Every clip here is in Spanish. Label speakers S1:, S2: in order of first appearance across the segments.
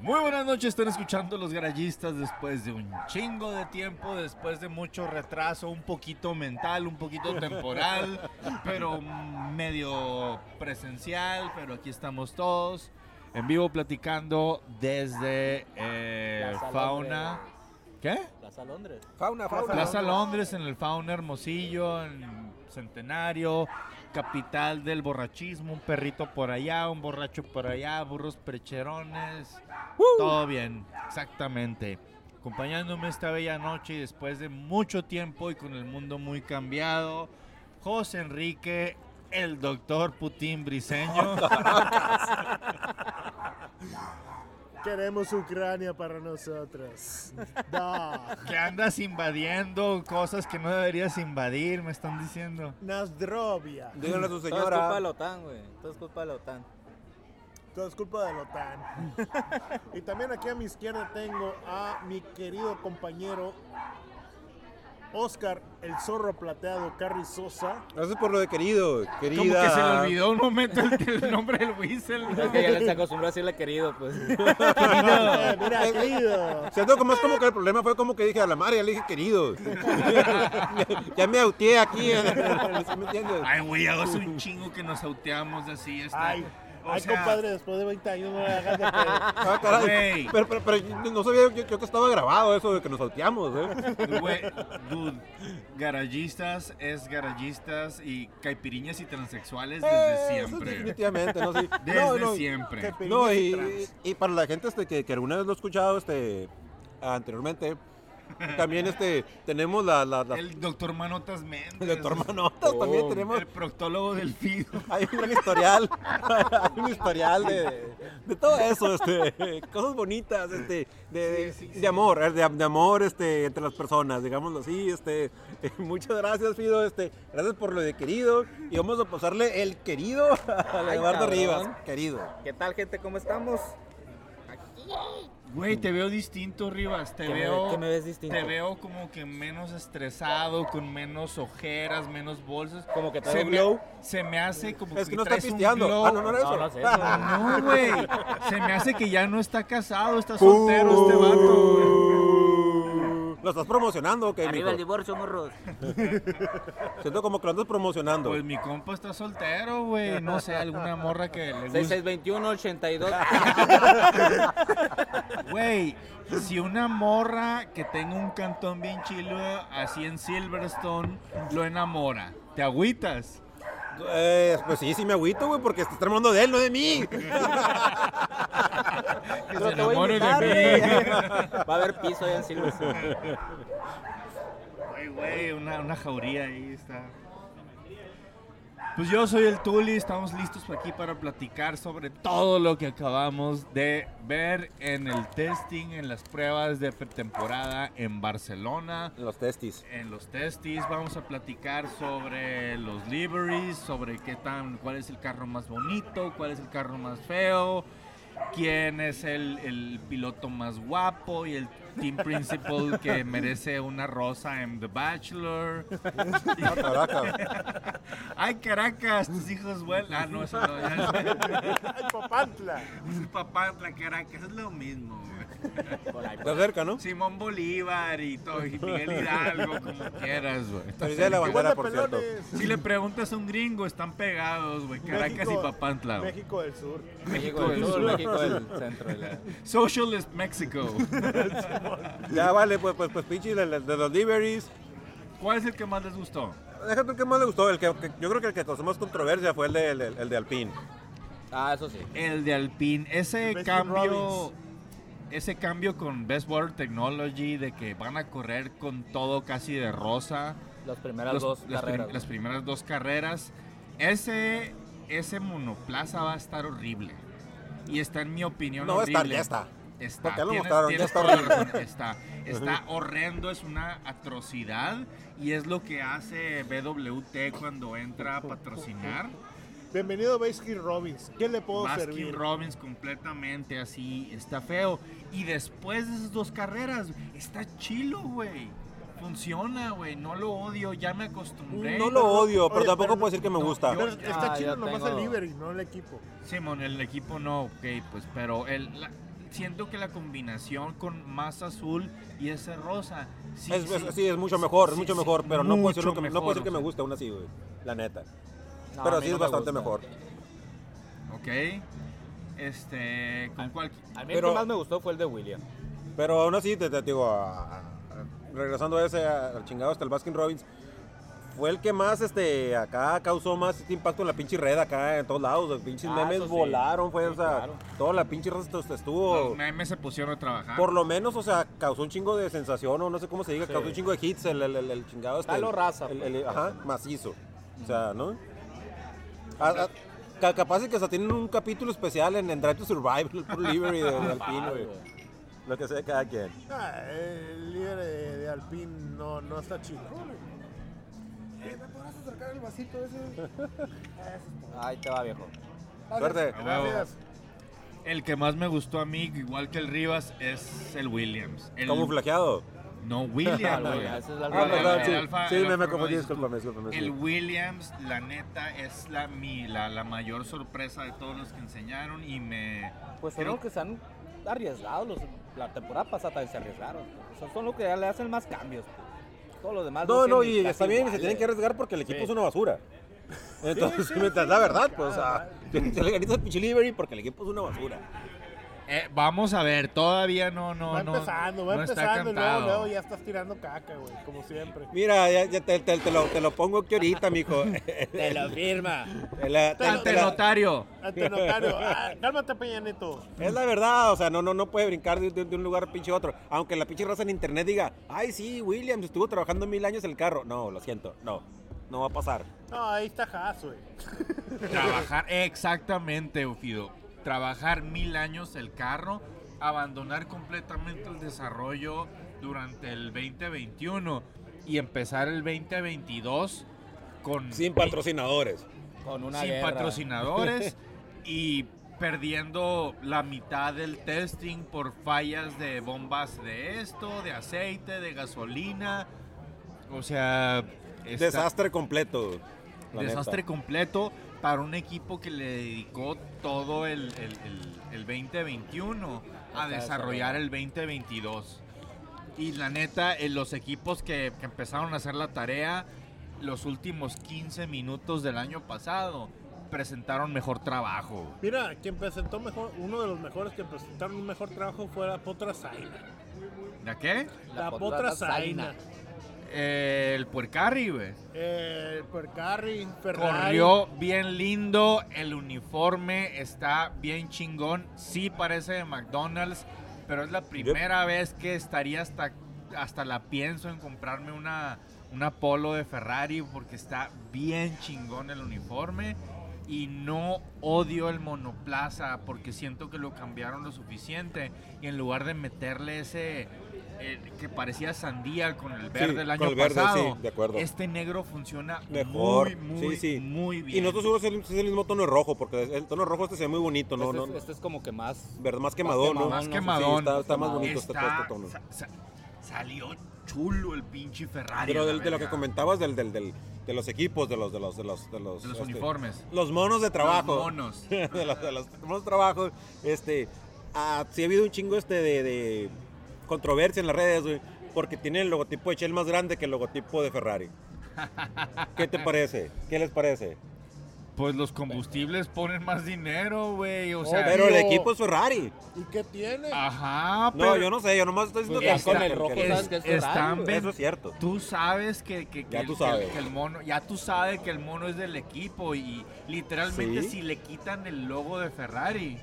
S1: Muy buenas noches, están escuchando los garallistas después de un chingo de tiempo, después de mucho retraso, un poquito mental, un poquito temporal, pero medio presencial, pero aquí estamos todos en vivo platicando desde eh,
S2: Plaza
S1: Fauna. ¿Qué?
S2: Plaza Londres.
S3: Fauna, fauna.
S1: Plaza Londres, en el Fauna Hermosillo, en Centenario, capital del borrachismo, un perrito por allá, un borracho por allá, burros precherones. Todo bien, exactamente. Acompañándome esta bella noche y después de mucho tiempo y con el mundo muy cambiado, José Enrique, el doctor Putin Briseño.
S4: Queremos Ucrania para nosotros. Da.
S1: que andas invadiendo cosas que no deberías invadir, me están diciendo.
S4: Nasdrovia.
S3: Díganle a su
S2: Todo es culpa de
S3: señora.
S2: la OTAN, güey. Todo es culpa de la OTAN.
S4: Todo es culpa de la OTAN. Y también aquí a mi izquierda tengo a mi querido compañero Oscar, el zorro plateado, Carri Sosa.
S3: Gracias por lo de querido, querida.
S1: Como que se le olvidó un momento el, el nombre del whistle.
S2: Es que ya les acostumbró a decirle querido, pues.
S4: Mira, Eh, mira, querido.
S3: Siento como es como que el problema fue como que dije a la madre, ya le dije querido. ya me auteé aquí. ¿sí ¿Me entiendes?
S1: Ay, güey, hace un chingo que nos auteamos de así. Está.
S4: Ay,
S1: O
S4: ay,
S1: sea,
S4: compadre, después de 20 años no me hagas de pedo.
S3: Ah, caray.
S1: Güey.
S3: Pero, pero, pero no sabía yo, yo que estaba grabado eso de que nos auteamos. ¿eh?
S1: Güey, dude, garallistas es garallistas y caipiriñas y transexuales
S3: Eh,
S1: desde
S3: eso
S1: siempre.
S3: Definitivamente, no sé.
S1: Desde
S3: no, no,
S1: siempre.
S4: Qué
S3: No,
S4: peligro
S3: y,
S4: trans.
S3: y para la gente este, que, que alguna vez lo he escuchado este, anteriormente, también este, tenemos la, la, la-
S1: El Oh, doctor Manotas Méndez.
S3: de tu hermano.
S2: Oh,
S3: también tenemos
S1: El proctólogo del FIDO.
S3: Hay un gran historial, hay un historial de, de todo eso, este, cosas bonitas, este, de, de- de amor, eh, de, de amor este, entre las personas, digámoslo así. Este, eh, muchas gracias, Fido, este, gracias por lo de querido. Y vamos a pasarle el querido a
S2: Ay,
S3: Eduardo
S2: cabrón.
S3: Rivas, querido.
S2: ¿Qué tal, gente? ¿Cómo estamos?
S1: Güey, te veo distinto, Rivas. Te
S2: ¿Qué me-
S1: veo.
S2: qué me ves distinto?
S1: Te veo como que menos estresado, con menos ojeras, menos bolsas.
S2: Como que
S1: se
S2: traigo
S1: me,
S2: glow.
S1: se me hace como
S3: Es que no está
S1: Pues traes un
S3: pisteando.
S1: glow.
S3: Ah, no, no era eso.
S2: No, no es eso.
S1: No, güey. Se me hace que ya no está casado, está soltero este vato.
S3: Lo estás promocionando, o ¿qué,
S2: Arriba el
S3: mijo?
S2: divorcio, morros.
S3: Siento como que lo andas promocionando.
S1: Pues mi compa está soltero, güey. No sé, alguna morra que le guste. Ah,
S2: 6621-82.
S1: Güey, si una morra que tenga un cantón bien chilo así en Silverstone lo enamora, ¿te agüitas?
S3: Eh, pues sí, sí me agüito, güey, porque estás tramando de él, no de mí.
S1: Que
S2: Pero
S1: se
S2: te voy a
S1: enamore
S2: invitar,
S1: de mí.
S2: Va a haber piso allá en Silverstone.
S1: Ay, güey, una, una jauría ahí está. Pues yo soy el Tuli, estamos listos aquí para platicar sobre todo lo que acabamos de ver en el testing, en las pruebas de pretemporada en Barcelona,
S3: Los testis.
S1: en los testis. Vamos a platicar sobre los liveries, sobre qué tan, cuál es el carro más bonito, cuál es el carro más feo, quién es el, el piloto más guapo y el team principal que merece una rosa en The Bachelor.
S3: Ah, caraca.
S1: Ay, Caracas, tus hijos vuelan. Ah, no, eso no. ya
S4: Ay, papantla.
S1: es- es papá, la Caracas, es lo mismo. güey.
S2: Por ahí,
S3: Está cerca, ¿no?
S1: Simón Bolívar y todo, y Miguel Hidalgo, como quieras, güey.
S3: Pero ya la bandera,
S4: Igual
S3: por
S4: de
S3: cierto.
S4: pelones.
S1: Si le preguntas a un gringo, están pegados, güey. Caracas y
S4: México-
S1: Papantla. güey.
S4: México del Sur.
S2: México del Sur, México del Centro. y la-
S1: Socialist Mexico.
S3: Ya vale, pues, pues, pues pinche de, de- de los deliveries.
S1: ¿Cuál es el que más les gustó?
S3: Déjate el que más le gustó. El que, que- yo creo que el que causó más controversia fue el de, el, el de Alpine.
S2: Ah, eso sí.
S1: El de Alpine. Ese
S4: Baskin
S1: cambio.
S4: Robbins.
S1: Ese cambio con Best Water Technology de que van a correr con todo casi de rosa.
S2: Las primeras
S1: Los-
S2: dos
S1: las, prim-
S2: carreras.
S1: las primeras dos carreras. Ese, ese monoplaza va a estar horrible. Y está, en mi opinión,
S3: No va a estar,
S1: horrible.
S3: ya está.
S1: Está.
S3: Porque ya lo
S1: Tienes-
S3: mostraron, ya
S1: tienes
S3: está
S1: toda la
S3: horrible.
S1: razón. Está. Está horrendo, es una atrocidad. Y es lo que hace BWT cuando entra a patrocinar.
S4: Bienvenido Baskin Robbins. ¿Qué le puedo
S1: Baskin
S4: servir?
S1: Robbins completamente así, está feo. Y después de esas dos carreras, está chilo, güey. Funciona, güey. No lo odio, ya me acostumbré.
S3: No lo odio, pero
S4: Oye,
S3: tampoco
S4: pero-
S3: puedo decir que me
S1: no,
S3: gusta.
S4: Pero
S1: yo-
S4: está
S2: Ah,
S4: chido
S2: yo
S4: nomás
S2: tengo-
S4: el livery, no el equipo.
S1: Simón, el equipo no, ok, pues, pero el, la- siento que la combinación con más azul y ese rosa. Sí,
S3: es,
S1: sí.
S3: es- sí, es mucho mejor, es
S1: Sí,
S3: mucho
S1: sí,
S3: mejor, pero no puedo decir,
S1: mucho
S3: lo que, no puedo
S1: mejor,
S3: decir que me
S1: o sea.
S3: gusta aún así, güey. La neta.
S2: No, a
S3: pero
S2: mí
S3: sí
S2: no
S3: es
S2: me
S3: bastante
S2: gusta.
S3: mejor.
S1: Ok. Este. ¿Con cuál?
S2: A mí
S3: Pero-
S2: el que más me gustó fue el de William.
S3: Pero aún así, te, te digo, a- a- regresando a ese, a- al chingado hasta el Baskin Robbins, fue el que más, este, acá causó más este impacto en la pinche red acá, en todos lados. Los pinches
S2: Ah,
S3: memes
S2: eso sí.
S3: volaron, fue,
S2: Sí,
S3: o sea,
S2: claro.
S3: toda la pinche red estu- estuvo...
S1: Los memes se pusieron a trabajar.
S3: Oh. Por lo menos, o sea, causó un chingo de sensación, o no sé cómo se diga,
S2: Sí.
S3: causó un chingo de hits el, el, el- el chingado. Este,
S2: Dalo
S3: el-
S2: raza,
S3: el-
S2: pues.
S3: el- ajá, macizo. O sea, ¿no? A- a- ca- capaz es que hasta tienen un capítulo especial en, en Drive to Survive, el Pro Livery de, de
S2: Ah,
S3: Alpine, güey. Lo que sea de cada quien.
S4: Ah, el líder de, de Alpine no, no está chido. Eh, ¿Me podrás acercar el vasito ese?
S2: Ahí te va, viejo.
S4: Gracias.
S3: Suerte.
S4: Gracias.
S1: El que más me gustó a mí, igual que el Rivas, es el Williams. El,
S3: Camuflajeado.
S1: No, Williams.
S2: Ah, el
S1: güey.
S2: Williams, ese es el
S1: Ah,
S2: Alfa
S3: Ah, perdón,
S1: el
S3: sí.
S1: Alfa-
S3: Sí,
S1: el
S3: me,
S1: Alfa
S3: me
S1: no
S3: confundí,
S1: dices tú.
S3: discúlpame, discúlpame. sí.
S1: El Williams, la neta, es la, mi, la, la mayor sorpresa de todos los que enseñaron y me...
S2: Pues son
S1: creo
S2: los que se han arriesgado. los- la temporada pasada también se arriesgaron. Son, son los que le hacen más cambios. pues. Todos los demás.
S3: No, no,
S2: tienen
S3: y
S2: casi
S3: está bien, se
S2: iguales.
S3: tienen que arriesgar porque el equipo
S2: Sí.
S3: es una basura. Entonces,
S4: sí,
S3: mientras
S4: sí,
S3: la verdad, pues, o
S4: claro,
S3: sea, te le ganas el pinche Livery porque el equipo es una basura.
S1: Eh, vamos a ver, todavía no, no,
S4: va
S1: no.
S4: empezando, va
S1: no está
S4: empezando y luego,
S1: cantado.
S4: luego ya estás tirando caca, güey, como siempre.
S3: Mira, ya, ya te, te- te lo, te lo pongo aquí ahorita, mijo.
S2: Te lo firma.
S3: La- te-
S1: Ante
S3: te
S1: el
S3: la-
S1: notario.
S4: Ante notario, ah, cálmate, Peña Nieto.
S3: es la verdad, o sea, no, no, no puede brincar de, de- de un lugar a pinche otro. Aunque la pinche raza en internet diga, ay, sí, Williams estuvo trabajando mil años el carro. No, lo siento, no, no va a pasar.
S4: No, ahí está Haas, güey.
S1: Trabajar, exactamente, Eufido. Trabajar mil años el carro, abandonar completamente el desarrollo durante el 2021 y empezar el 2022 con
S3: Sin patrocinadores.
S2: Con una
S1: sin
S2: guerra.
S1: patrocinadores y perdiendo la mitad del testing por fallas de bombas de esto, de aceite, de gasolina. O sea, está-
S3: Desastre completo. la neta.
S1: desastre completo para un equipo que le dedicó todo el, el- el- el 2021 a
S2: Está
S1: desarrollar el 2022. Y la neta, en los equipos que, que empezaron a hacer la tarea los últimos 15 minutos del año pasado presentaron mejor trabajo.
S4: Mira, quien presentó mejor, uno de los mejores que presentaron un mejor trabajo fue la Potra Zaina.
S1: ¿De qué?
S4: La, Potra Zaina.
S2: Este
S1: Eh, el Puercarri, güey.
S4: Eh, Percarri, Ferrari.
S1: Corrió bien lindo, el uniforme está bien chingón, sí parece de McDonald's, pero es la primera vez que estaría hasta, hasta la pienso en comprarme una, una polo de Ferrari porque está bien chingón el uniforme y no odio el monoplaza porque siento que lo cambiaron lo suficiente y en lugar de meterle ese eh, que parecía sandía con el verde el
S3: con
S1: año
S3: el verde,
S1: pasado,
S3: sí, de acuerdo.
S1: este negro funciona
S3: Mejor.
S1: muy, muy,
S3: Sí, sí.
S1: muy bien.
S3: Y nosotros usamos el, es el mismo tono rojo, porque el tono rojo este se ve muy bonito, ¿no?
S2: Este,
S3: no,
S2: es, este es como que más.
S3: Verde, más quemadón, ¿no?
S1: Más
S2: no,
S1: quemadón.
S3: sí, está- está más bonito. este-
S1: Está-
S3: este tono.
S1: sa- sa- salió chulo el pinche Ferrari. a
S3: Pero
S1: la
S3: del- de lo que
S1: verga.
S3: comentabas del, del, del- de los equipos, de los, de los, de los, de los,
S1: De los
S3: este,
S1: uniformes.
S3: Los monos de trabajo.
S1: Los monos.
S3: de, los, de los monos de trabajo. Este, ah, sí ha habido un chingo este de, de controversia en las redes, güey. Porque tienen el logotipo de Shell más grande que el logotipo de Ferrari. ¿Qué te parece? ¿Qué les parece?
S1: Pues los combustibles ponen más dinero, güey. O sea,
S3: Pero el
S4: Obvio.
S3: equipo es Ferrari.
S4: ¿Y qué tiene?
S1: Ah, ajá,
S3: No,
S1: pero
S3: yo no sé, yo nomás estoy diciendo
S2: Pues ya
S3: que
S2: con el rojo
S3: porque-
S2: sabes que es Ferrari,
S1: están
S2: güey.
S1: ven-
S3: Eso es cierto.
S1: Tú sabes que, que- que
S3: Ya
S1: el-
S3: tú
S1: que el-
S3: sabes.
S1: que el mono, ya tú sabes que el mono es del equipo y literalmente
S3: Sí.
S1: si le quitan el logo de Ferrari,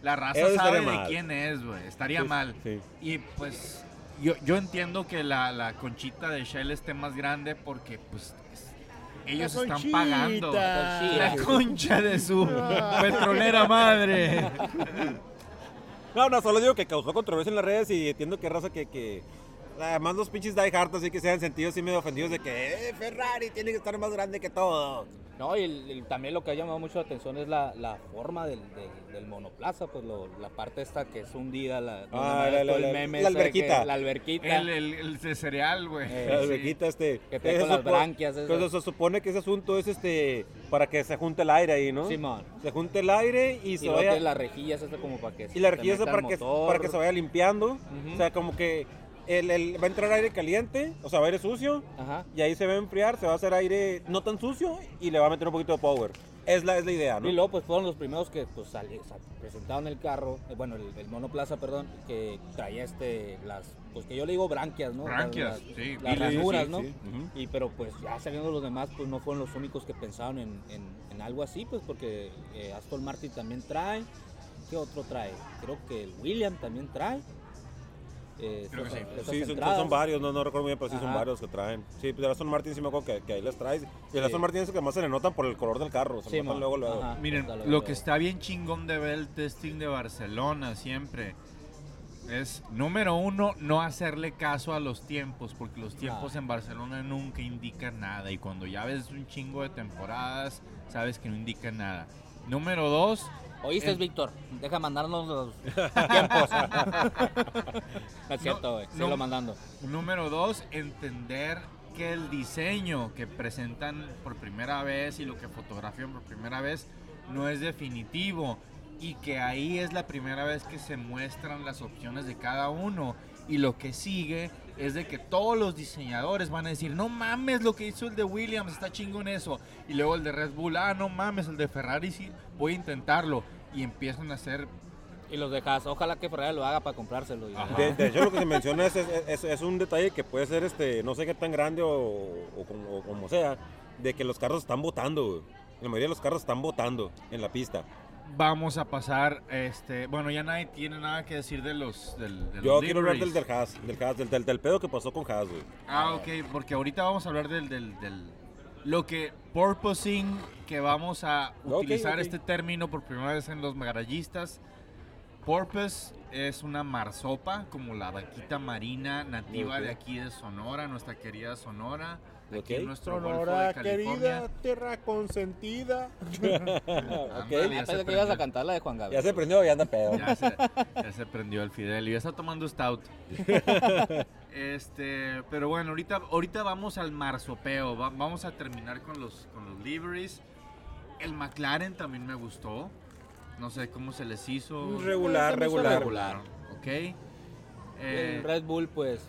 S1: la raza
S3: Eso
S1: sabe
S3: estaría
S1: de
S3: mal.
S1: quién es, güey. Estaría
S3: Sí,
S1: mal.
S3: sí.
S1: Y pues yo, yo entiendo que la, la conchita de Shell esté más grande porque pues es- ellos
S4: La
S1: están
S4: conchita.
S1: pagando. La
S2: Conchita.
S1: concha de su petrolera madre.
S3: No, no, solo digo que causó controversia en las redes y entiendo que raza que, que, Además los pinches diehards así que se han sentido así medio ofendidos de que "Eh, Ferrari tiene que estar más grande que todo.
S2: No, y el- el- también lo que ha llamado mucho la atención es la, la forma del, del- del monoplaza, pues lo- la parte esta que es hundida, la, donde
S3: Ah,
S2: mueves
S3: la- la-
S2: todo
S3: la-
S2: el meme
S3: la
S2: ese de
S3: alberquita.
S2: que- la alberquita.
S1: El, el, el de cereal, güey.
S2: Eh,
S3: La
S2: sí.
S3: alberquita, este.
S2: Que trae con
S3: se
S2: las
S3: supo-
S2: branquias, eso.
S3: Entonces se supone que ese asunto es este para que se junte el aire ahí, ¿no?
S2: Simón.
S3: Se junte el aire y se
S2: Y luego
S3: vaya.
S2: tiene las rejillas esta como para que
S3: Y la
S2: se
S3: rejilla es
S2: meta el
S3: para que,
S2: motor.
S3: para que se vaya limpiando. O sea, como que el, el- va a entrar aire caliente, o sea, aire sucio.
S2: Ajá.
S3: Y ahí se va a enfriar, se va a hacer aire no tan sucio y le va a meter un poquito de power. Es la, es la idea, ¿no?
S2: Y luego pues fueron los primeros que pues sali- sa- presentaron el carro, eh, bueno, el, el monoplaza, perdón, que traía este las pues que yo le digo branquias, ¿no? Las-
S1: Branquias,
S2: las-
S1: sí.
S2: Las
S1: Sí,
S2: ranuras,
S3: sí,
S2: ¿no?
S3: sí. Ujú.
S2: Y pero pues ya saliendo los demás, pues no fueron los únicos que pensaron en, en- en algo así, pues porque eh, Aston Martin también trae. ¿Qué otro trae? Creo que el William también trae. Eh,
S1: Creo que
S2: estas-
S1: sí.
S2: estas
S3: Sí, son,
S2: entradas.
S3: son varios, no, no recuerdo muy bien, pero sí son
S2: Ajá.
S3: varios que traen. Sí, pero el Aston Martin sí me acuerdo que, que ahí las traes. Y el
S2: Sí.
S3: Aston Martin es el que más se le notan por el color del carro. Se
S2: Sí,
S3: le notan
S2: mon.
S3: luego, luego.
S2: Ajá.
S1: Miren,
S2: Está
S1: lo que
S2: luego.
S1: está bien chingón de ver el testing de Barcelona siempre es, número uno, no hacerle caso a los tiempos, porque los tiempos en Barcelona nunca indican nada. Y cuando ya ves un chingo de temporadas, sabes que no indican nada. Número dos,
S2: ¿Oíste,
S1: el-
S2: Víctor? Deja mandarnos los tiempos. no es cierto, güey.
S1: no.
S2: Sigo mandando.
S1: Número dos, entender que el diseño que presentan por primera vez y lo que fotografían por primera vez no es definitivo y que ahí es la primera vez que se muestran las opciones de cada uno y lo que sigue es de que todos los diseñadores van a decir no mames lo que hizo el de Williams está chingón eso y luego el de Red Bull ah no mames el de Ferrari sí voy a intentarlo y empiezan a hacer
S2: Y los dejas. Ojalá que Ferrari lo haga para comprárselo. y-
S1: Ajá.
S3: De, de hecho, lo que se menciona es, es- es- es un detalle que puede ser, este, no sé qué tan grande o, o como, o como sea, de que los carros están botando. güey. La mayoría de los carros están botando en la pista.
S1: Vamos a pasar, este, bueno, ya nadie tiene nada que decir de los del de
S3: Yo
S1: los
S3: quiero hablar del,
S1: liveries.
S3: del Haas, del, Haas del, del- del pedo que pasó con Haas, güey.
S1: Ah, ok, porque ahorita vamos a hablar del, del, del- lo que purposing que vamos a
S3: Ok,
S1: utilizar
S3: ok.
S1: este término por primera vez en los garayistas. Porpoise es una marsopa, como la vaquita marina nativa
S3: Ok.
S1: de aquí de Sonora, nuestra querida Sonora, aquí
S3: Ok.
S1: en nuestro Golfo de
S4: Sonora querida,
S1: California.
S4: tierra consentida.
S3: Ok.
S1: Ándale, ya se
S2: Ah, pensé que
S1: prendió.
S2: ibas a cantar la de Juan Gabriel.
S3: Ya se prendió, ya anda pedo.
S1: Ya se, ya se prendió el Fidel y ya está tomando stout. Este, pero bueno, ahorita, ahorita vamos al marsopeo. va- vamos a terminar con los, con los liveries. El McLaren también me gustó. No sé cómo se les hizo.
S3: Regular, regular.
S1: Regular, Ok. Eh,
S2: El Red Bull, pues.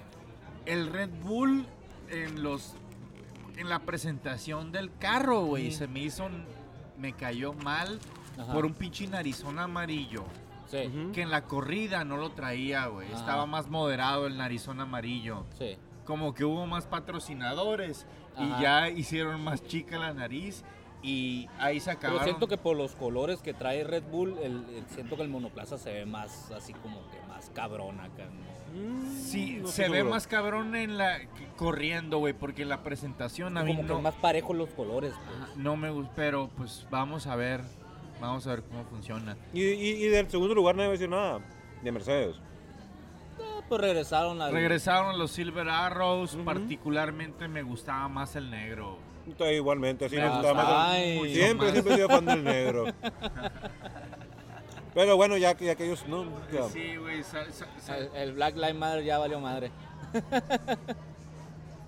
S1: el Red Bull en los en la presentación del carro, güey, se me hizo me cayó mal
S2: Ajá.
S1: por un pinche narizón amarillo
S2: Sí.
S4: Mm.
S3: Ujú.
S1: que en la corrida no lo traía, güey.
S2: Ah.
S1: Estaba más moderado el narizón amarillo.
S2: Sí.
S1: Como que hubo más patrocinadores
S2: Ajá.
S1: y ya hicieron más chica la nariz y ahí se acabaron.
S2: Pero siento que por los colores que trae Red Bull, el, el- siento que el monoplaza se ve más así como que más cabrón acá. ¿no?
S1: Sí,
S3: No
S1: se
S3: estoy
S1: ve
S3: seguro.
S1: más cabrón en la que- corriendo, güey, porque en la presentación a mí
S2: Como
S1: no,
S2: que más parejos los colores. pues.
S1: Ajá, no me gustó, pero pues vamos a ver, vamos a ver cómo funciona.
S3: Y, y, y del segundo lugar nadie decir nada. De Mercedes.
S2: Ah, Pues regresaron al.
S1: Regresaron los Silver Arrows, particularmente me gustaba más el negro.
S3: Entonces, igualmente, así
S2: Me
S3: me gustaba más el-
S2: gustaba. Ay.
S1: Mucho
S3: Siempre,
S1: más.
S3: siempre he sido fan del negro. Pero bueno, ya que ya que ellos no. ya.
S1: Sí, güey, sal- sal- sal-
S2: El, el Black Lives Matter ya valió madre.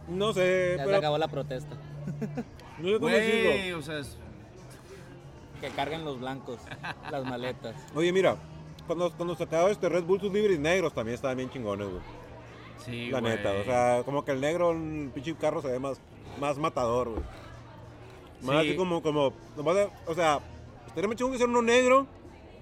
S3: No sé,
S2: Ya se
S3: pero.
S2: acabó la protesta.
S3: No sé cómo
S1: Güey,
S3: decirlo.
S1: o sea, es-
S2: Que carguen los blancos, las maletas.
S3: Oye, mira, cuando, cuando sacaba este Red Bull, sus libres negros también estaban bien chingones, güey.
S1: sí,
S3: La
S1: güey.
S3: neta, o sea, como que el negro, el pinche carro se ve más, más matador, güey. Más
S1: Sí.
S3: así como, como, nomás de- o sea, estaría muy chingón que hicieron uno negro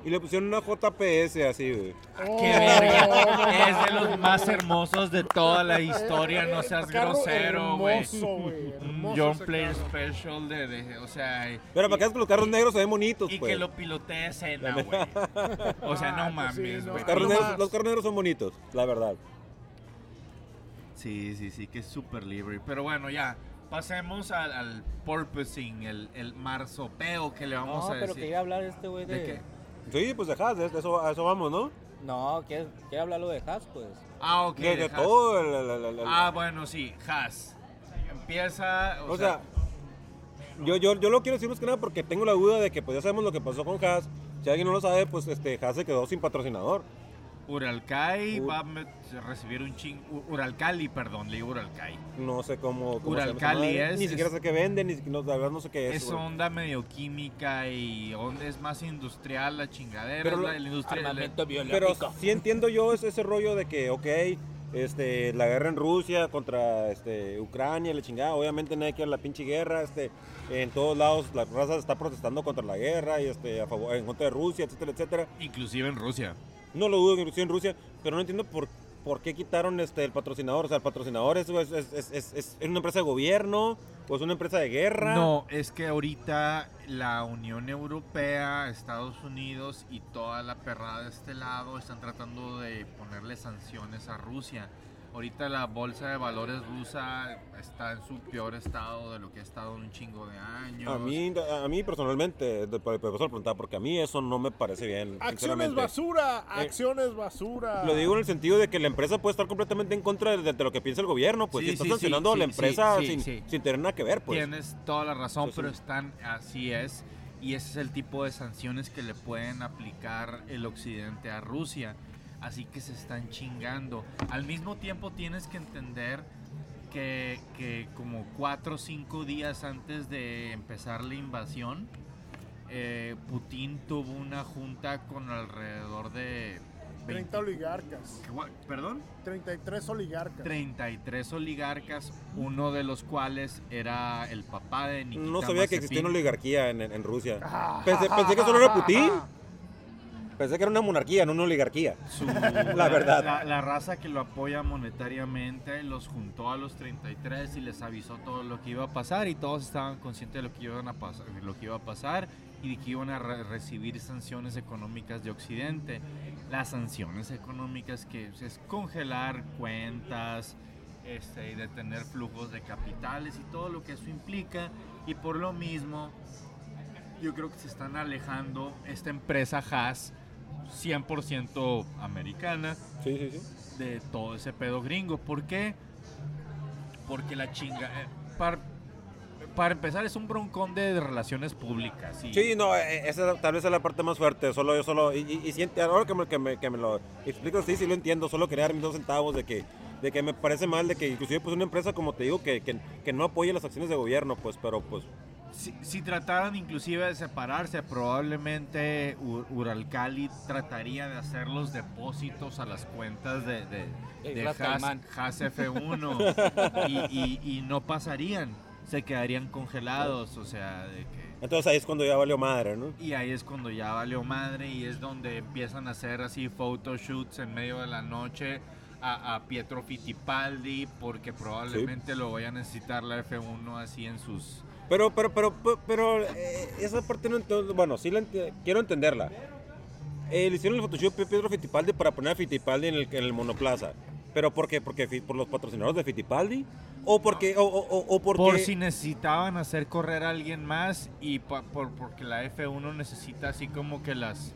S3: y le pusieron una JPS así, güey.
S1: Qué
S4: Oh,
S1: verga.
S4: no
S1: Es de
S4: mames.
S1: los más hermosos de toda la historia, no seas
S4: Eh, Carro
S1: grosero, güey.
S4: hermoso, güey,
S1: Un
S4: hermoso
S1: John
S4: ese
S1: Player
S4: carro.
S1: Special de, de- o sea, y-
S3: Pero para que es que los carros negros se ven bonitos,
S1: y
S3: pues.
S1: que lo pilotee Cena, güey. O sea,
S4: Ah,
S1: no
S4: pues sí,
S1: mames,
S4: no.
S1: güey.
S3: Los carros
S4: Ahí
S3: negros,
S4: nomás.
S3: los carros negros son bonitos, la verdad.
S1: Sí, sí, sí, que es súper libre. Pero bueno, ya, pasemos al, al porpoising, el, el marsopeo que le vamos
S2: no,
S1: a
S2: pero
S1: decir.
S2: que iba a hablar este güey de.
S1: ¿De qué?
S3: Sí, pues dejas, de eso, a eso vamos, ¿no?
S2: No, ¿quiere, quiere hablarlo de Haas, pues.
S1: Ah, ok.
S3: De, de
S1: de Haas.
S3: todo. el- el- el- el-
S1: Ah, bueno, sí, Haas. Empieza, o,
S3: O sea, yo, yo, yo lo quiero decir más que nada porque tengo la duda de que pues ya sabemos lo que pasó con Haas. Si alguien no lo sabe, pues este Haas se quedó sin patrocinador.
S1: Uralcai
S3: Ur-
S1: va a met- recibir un ching... U- Uralcali, perdón, leí Uralcai.
S3: No sé cómo. cómo se llama esa
S1: Uralcali
S3: madre.
S1: es-
S3: Ni siquiera
S1: es-
S3: sé qué venden, ni si- no, la verdad no sé qué es.
S1: Es
S3: güey.
S1: onda medio química y on- es más industrial la chingadera.
S3: Pero
S1: es
S3: lo-
S1: la, la industria, la-
S2: Armamento
S3: Pero
S2: biológico.
S3: sí entiendo yo ese, ese rollo de que, ok, este, la guerra en Rusia contra este, Ucrania, la chingada, obviamente nadie quiere la pinche guerra, este, en todos lados la raza está protestando contra la guerra y este, a favor, en contra de Rusia, etcétera, etcétera.
S1: Inclusive en Rusia.
S3: No lo dudo, inclusive en Rusia, pero no entiendo por, por qué quitaron este, el patrocinador. O sea, el patrocinador es, es, es- es- es- es una empresa de gobierno o es una empresa de guerra.
S1: No, es que ahorita la Unión Europea, Estados Unidos y toda la perrada de este lado están tratando de ponerle sanciones a Rusia. Ahorita la bolsa de valores rusa está en su peor estado de lo que ha estado en un chingo de años.
S3: A mí, a mí personalmente, de- por por eso lo preguntaba, porque a mí eso no me parece bien.
S4: Acciones
S3: sinceramente.
S4: basura,
S3: Eh,
S4: acciones basura.
S3: Lo digo en el sentido de que la empresa puede estar completamente en contra de, de lo que piensa el gobierno, pues
S1: Sí,
S3: si estás
S1: sí,
S3: sancionando
S1: sí,
S3: a la
S1: sí,
S3: empresa
S1: sí,
S3: sin,
S1: sí.
S3: sin tener nada que ver, pues.
S1: Tienes toda la razón,
S3: Pues,
S1: pero
S3: sí.
S1: están así es. Y ese es el tipo de sanciones que le pueden aplicar el occidente a Rusia. Así que se están chingando. Al mismo tiempo tienes que entender que, que como cuatro o cinco días antes de empezar la invasión, eh, Putin tuvo una junta con alrededor de...
S4: 30 oligarcas.
S1: ¿Cuá- ¿Perdón?
S4: 33 oligarcas.
S1: 33 oligarcas, uno de los cuales era el papá de Nikita
S3: No sabía que existía una
S1: Mazepin.
S3: oligarquía en, en- en Rusia.
S1: Ah,
S3: Pensé, pensé que solo era Putin. Pensé que era una monarquía, no una oligarquía.
S1: Su-
S3: La verdad.
S1: La, la raza que lo apoya monetariamente los juntó a los 33 y les avisó todo lo que iba a pasar y todos estaban conscientes de lo que, iban a pasar, de lo que iba a pasar y de que iban a re- recibir sanciones económicas de Occidente. Las sanciones económicas que pues, es congelar cuentas este, y detener flujos de capitales y todo lo que eso implica y por lo mismo yo creo que se están alejando esta empresa Haas 100% americana
S3: Sí, sí, sí.
S1: de todo ese pedo gringo. ¿Por qué? Porque la chinga... eh, par- para empezar, es un broncón de relaciones públicas. Y,
S3: Sí, no, eh, esa tal vez es la parte más fuerte. Solo yo solo. Y, y- y siente- ahora que me, que me- que me lo explico, sí, sí lo entiendo. Solo quería dar mis dos centavos de que, de que me parece mal, de que inclusive pues una empresa, como te digo, que, que, que no apoye las acciones de gobierno, pues, pero pues.
S1: Si, si trataran inclusive de separarse, probablemente Ur- Uralcali trataría de hacer los depósitos a las cuentas de, de,
S2: El
S1: de
S2: Blas
S1: Haas,
S2: Caimán.
S1: Haas F1 y, y- y no pasarían, se quedarían congelados, o sea, de que...
S3: Entonces ahí es cuando ya valió madre, ¿no?
S1: Y ahí es cuando ya valió madre y es donde empiezan a hacer así photoshoots en medio de la noche a, a Pietro Fittipaldi porque probablemente lo vaya a necesitar la F1 así en sus...
S3: Pero, pero, pero, pero, pero, eh, esa parte no entiendo. Bueno, sí la enti- quiero entenderla. Eh, le hicieron el Photoshop a Pedro Fittipaldi para poner a Fittipaldi en el, en el monoplaza. ¿Pero por qué? ¿Porque fi- ¿Por los patrocinadores de Fittipaldi? ¿O porque.? O, o- o- o porque
S1: Por si necesitaban hacer correr a alguien más y pa- por, porque la F1 necesita así como que las...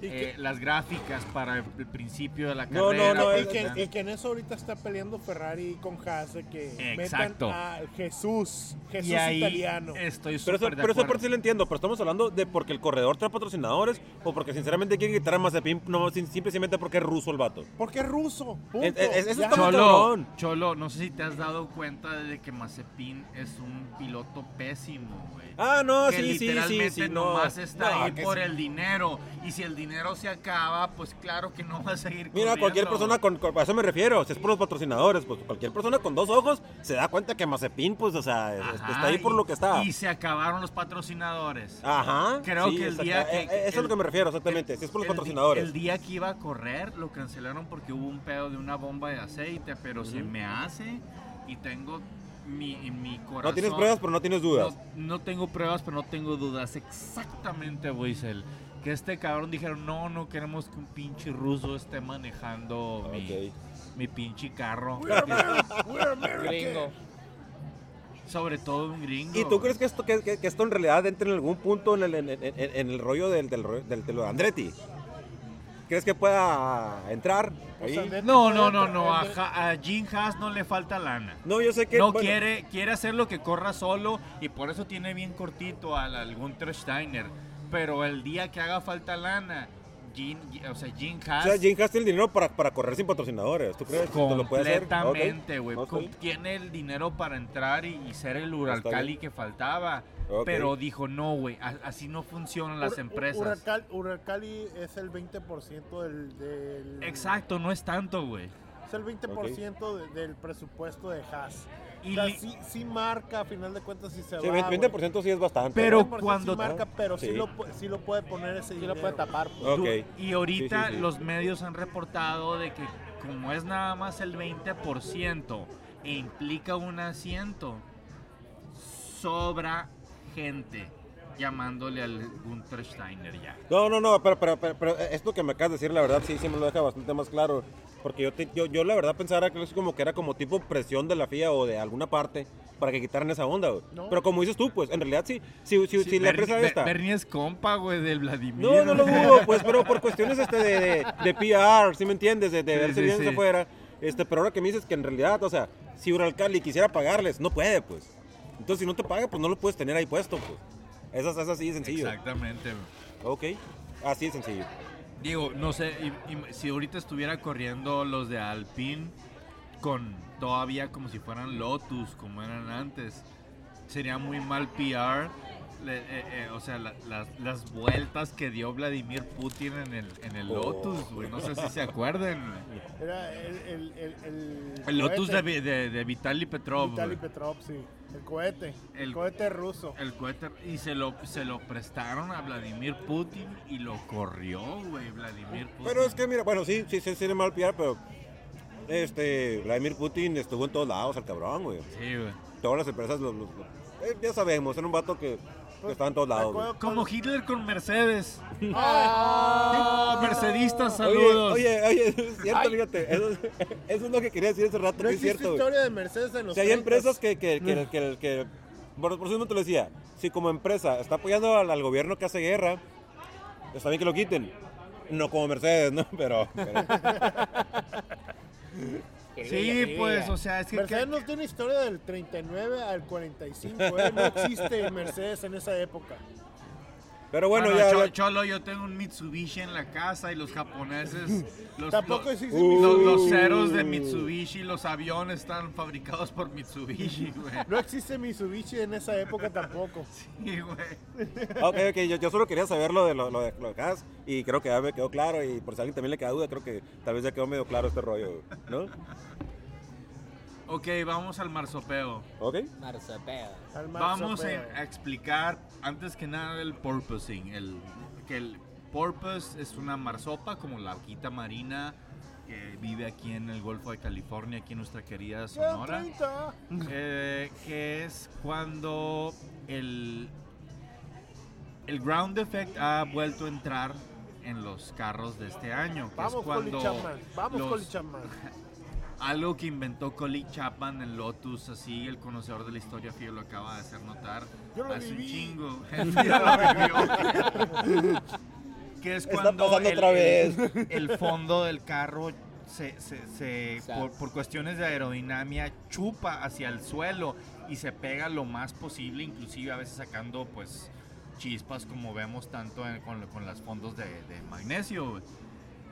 S4: Y
S1: eh, las gráficas para el, el principio de la
S3: No, no,
S1: carrera. pues,
S3: no,
S1: para
S4: Y que,
S1: ganar.
S4: y que en eso ahorita está peleando Ferrari con Haas de que
S1: Exacto.
S4: metan a Jesús, Jesús
S1: Y ahí
S4: italiano.
S1: Estoy
S3: Pero,
S1: súper de
S3: esa- pero esa
S1: acuerdo.
S3: parte sí la entiendo, pero estamos hablando de porque el corredor trae patrocinadores o porque sinceramente quieren quitar a Mazepin, no, sin- simplemente porque es ruso el vato.
S4: Porque es ruso. punto.
S3: Es- es- eso
S4: Ya.
S3: está muy
S1: Cholo,
S3: cabrón.
S1: Cholo, no sé si te has dado cuenta de que Mazepin es un piloto pésimo, güey.
S3: Ah, no,
S1: que
S3: sí, sí, sí,
S1: literalmente
S3: sí, no.
S1: nomás está
S3: No,
S1: ahí
S3: que
S1: por
S3: sí.
S1: el dinero. Y si el dinero se acaba, pues claro que no va a seguir
S3: Mira, cualquier
S1: corriendo.
S3: persona, con, con- a eso me refiero, si es por los patrocinadores, pues cualquier persona con dos ojos se da cuenta que Mazepin, pues, o sea, es-
S1: Ajá,
S3: está ahí por
S1: y-
S3: lo que está.
S1: Y se acabaron los patrocinadores.
S3: Ajá.
S1: Creo que el
S3: exacta-
S1: día que-
S3: eh, eh, Eso es
S1: el-
S3: lo que me refiero, exactamente, si es por los
S1: El di-
S3: patrocinadores.
S1: El día que iba a correr lo cancelaron porque hubo un pedo de una bomba de aceite, pero se
S3: Ujú.
S1: me hace y tengo mi, mi corazón.
S3: no tienes pruebas, pero no tienes dudas.
S1: No, no tengo pruebas, pero no tengo dudas. Exactamente, Weisel. Que este cabrón dijeron, no, no queremos que un pinche ruso esté manejando mi-
S3: Ok.
S1: mi, pinche carro.
S4: We are Ameri- we are American.
S2: Gringo.
S1: Sobre todo un gringo.
S3: ¿Y tú
S1: güey.
S3: crees que esto, que, que- que esto en realidad entra en algún punto en el, en, en- en- en el rollo del, del, rollo- del, de lo de Andretti? ¿Crees que pueda entrar?
S4: Pues,
S3: ahí?
S4: Andrés,
S1: No,
S4: tú
S1: no, no,
S4: entra,
S1: no. A,
S4: Andrés.
S1: Ja- a Jim Haas no le falta lana.
S3: No, yo sé que.
S1: No
S3: bueno,
S1: quiere, quiere hacer lo que corra solo y por eso tiene bien cortito al, al Gunter Steiner. Pero el día que haga falta lana, Jim, o sea, Jim
S3: O
S1: Haas
S3: sea, Jim Haas tiene el dinero para, para correr sin patrocinadores. ¿Tú crees que lo puede hacer? Ah, ok.
S1: completamente, güey.
S3: No, está
S1: Com-
S3: bien.
S1: Tiene el dinero para entrar y, y ser el
S3: Está
S1: Uralcali
S3: bien.
S1: que faltaba.
S3: Ok.
S1: Pero dijo, no, güey, a- así no funcionan las
S4: Ur-
S1: empresas.
S4: Uralcal- Uralcali es el 20% del, del-
S1: Exacto, no es tanto, güey.
S4: Es el 20% de- del presupuesto de Haas.
S1: Y
S4: o sea,
S1: li-
S4: sí, sí marca, a final de cuentas, si se
S3: Sí,
S4: va.
S3: 20%,
S4: güey.
S3: sí es bastante. ¿eh?
S1: Pero
S4: 20%
S1: cuando-
S4: Sí marca, pero sí,
S3: Sí.
S4: lo, pu- sí lo puede poner ese dinero.
S2: puede
S4: tapar.
S1: pues.
S3: ¿no? Ok.
S1: Y ahorita
S3: Sí, sí, sí.
S1: los medios han reportado de que como es nada más el 20% e implica un asiento, sobra gente llamándole al Gunter Steiner ya.
S3: No, no, no, pero, pero, pero, pero eh, esto que me acabas de decir, la verdad, sí, sí me lo deja bastante más claro. Porque yo, te- yo, yo la verdad pensaba que es como que era como tipo presión de la FIA o de alguna parte para que quitaran esa onda, güey.
S4: No.
S3: Pero como dices tú, pues, en realidad sí, si, si, si
S1: Bernie-
S3: la empresa
S1: Ber-
S3: esta...
S1: Bernie es compa, güey, del Vladimir.
S3: No, no lo dudo, pues, pero por cuestiones este de, de, de PR, ¿sí me entiendes? De, de
S1: Sí,
S3: verse
S1: sí,
S3: bien
S1: sí.
S3: desde afuera. Este, pero ahora que me dices que en realidad, o sea, si Uralcali quisiera pagarles, no puede, pues. Entonces, si no te paga, pues no lo puedes tener ahí puesto, pues. Eso es así de sencillo.
S1: Exactamente, güey.
S3: Ok, así de sencillo.
S1: Digo, no sé, im- im- si ahorita estuviera corriendo los de Alpine con todavía como si fueran Lotus, como eran antes, sería muy mal PR. le- eh, eh, o sea, la- las, las vueltas que dio Vladimir Putin en el, en el
S3: Oh.
S1: Lotus, güey. No sé si se acuerden. güey.
S4: Era el. El, el, el
S1: El Lotus de,
S4: cohete.
S1: Vi- de, de Vitaly Petrov.
S4: Vitaly
S1: güey.
S4: Petrov, sí. El cohete. El,
S1: El-
S4: cohete ruso.
S1: El cohete. Y se lo, se lo prestaron a Vladimir Putin y lo corrió, güey, Vladimir Putin.
S3: Pero es que, mira, bueno, sí, sí, sí, sí, le mal PR, pero. Este, Vladimir Putin estuvo en todos lados, el cabrón, güey.
S1: Sí, güey.
S3: Todas las empresas, los, los- eh, ya sabemos, era un vato que, que estaba en todos lados. güey.
S1: Como Hitler con Mercedes.
S4: Ah,
S1: Ah, Mercedistas,
S3: Oye,
S1: saludos.
S3: oye, oye, eso es cierto, fíjate. Eso, es- eso es lo que quería decir hace rato,
S4: No
S3: que es
S4: existe
S3: cierto. güey.
S4: historia de Mercedes en los.
S3: Si hay
S4: 30s.
S3: empresas que, que, que, que- que- por, por eso mismo te lo decía, si como empresa está apoyando al, al gobierno que hace guerra, está bien que lo quiten. No como Mercedes, ¿no? Pero, pero-
S1: Sí, pues, o sea, es que.
S4: Mercedes no tiene historia del 39 al 45. eh, No existe Mercedes en esa época.
S3: pero
S1: bueno,
S4: Ah,
S3: bueno, ya...
S1: Cho-
S3: ya-
S1: Cholo, yo tengo un Mitsubishi en la casa y los japoneses. Los,
S4: Tampoco
S1: los-
S4: existe.
S3: Uh.
S1: los-
S4: Mitsubishi.
S1: los ceros de Mitsubishi, los aviones están fabricados por Mitsubishi, güey.
S4: No existe Mitsubishi en esa época tampoco.
S1: Sí, güey.
S3: ok, ok, yo, yo solo quería saber lo de lo, lo de lo de Haas, y creo que ya me quedó claro y por si a alguien también le queda duda, creo que tal vez ya quedó medio claro este rollo, ¿no?
S1: Ok, vamos al marsopeo.
S3: Ok.
S2: Marzapeda.
S4: Al marzo,
S1: Vamos
S4: pero-
S1: a, a explicar, antes que nada, el porpoising. El, que el porpoise es una marsopa, como la vaquita marina que vive aquí en el Golfo de California, aquí en nuestra querida
S4: Ya,
S1: Sonora.
S4: 30.
S1: Eh, que es cuando el, el ground effect ha vuelto a entrar en los carros de este año. que es
S4: Vamos, Colin
S1: cuando
S4: Chapman. Vamos,
S1: los-
S4: Colin Chapman.
S1: algo que inventó Colin Chapman en Lotus, así el conocedor de la historia Fío lo acaba de hacer notar.
S4: Yo lo
S1: hace un
S4: viví.
S1: chingo. El Fío lo vivió. que es
S3: Está
S1: cuando
S3: pasando
S1: el,
S3: otra
S1: el- el fondo del carro se, se- se-
S2: O sea,
S1: por, por cuestiones de aerodinámica chupa hacia el suelo y se pega lo más posible, inclusive a veces sacando pues chispas como vemos tanto en- con, con las fondos de, de magnesio. güey.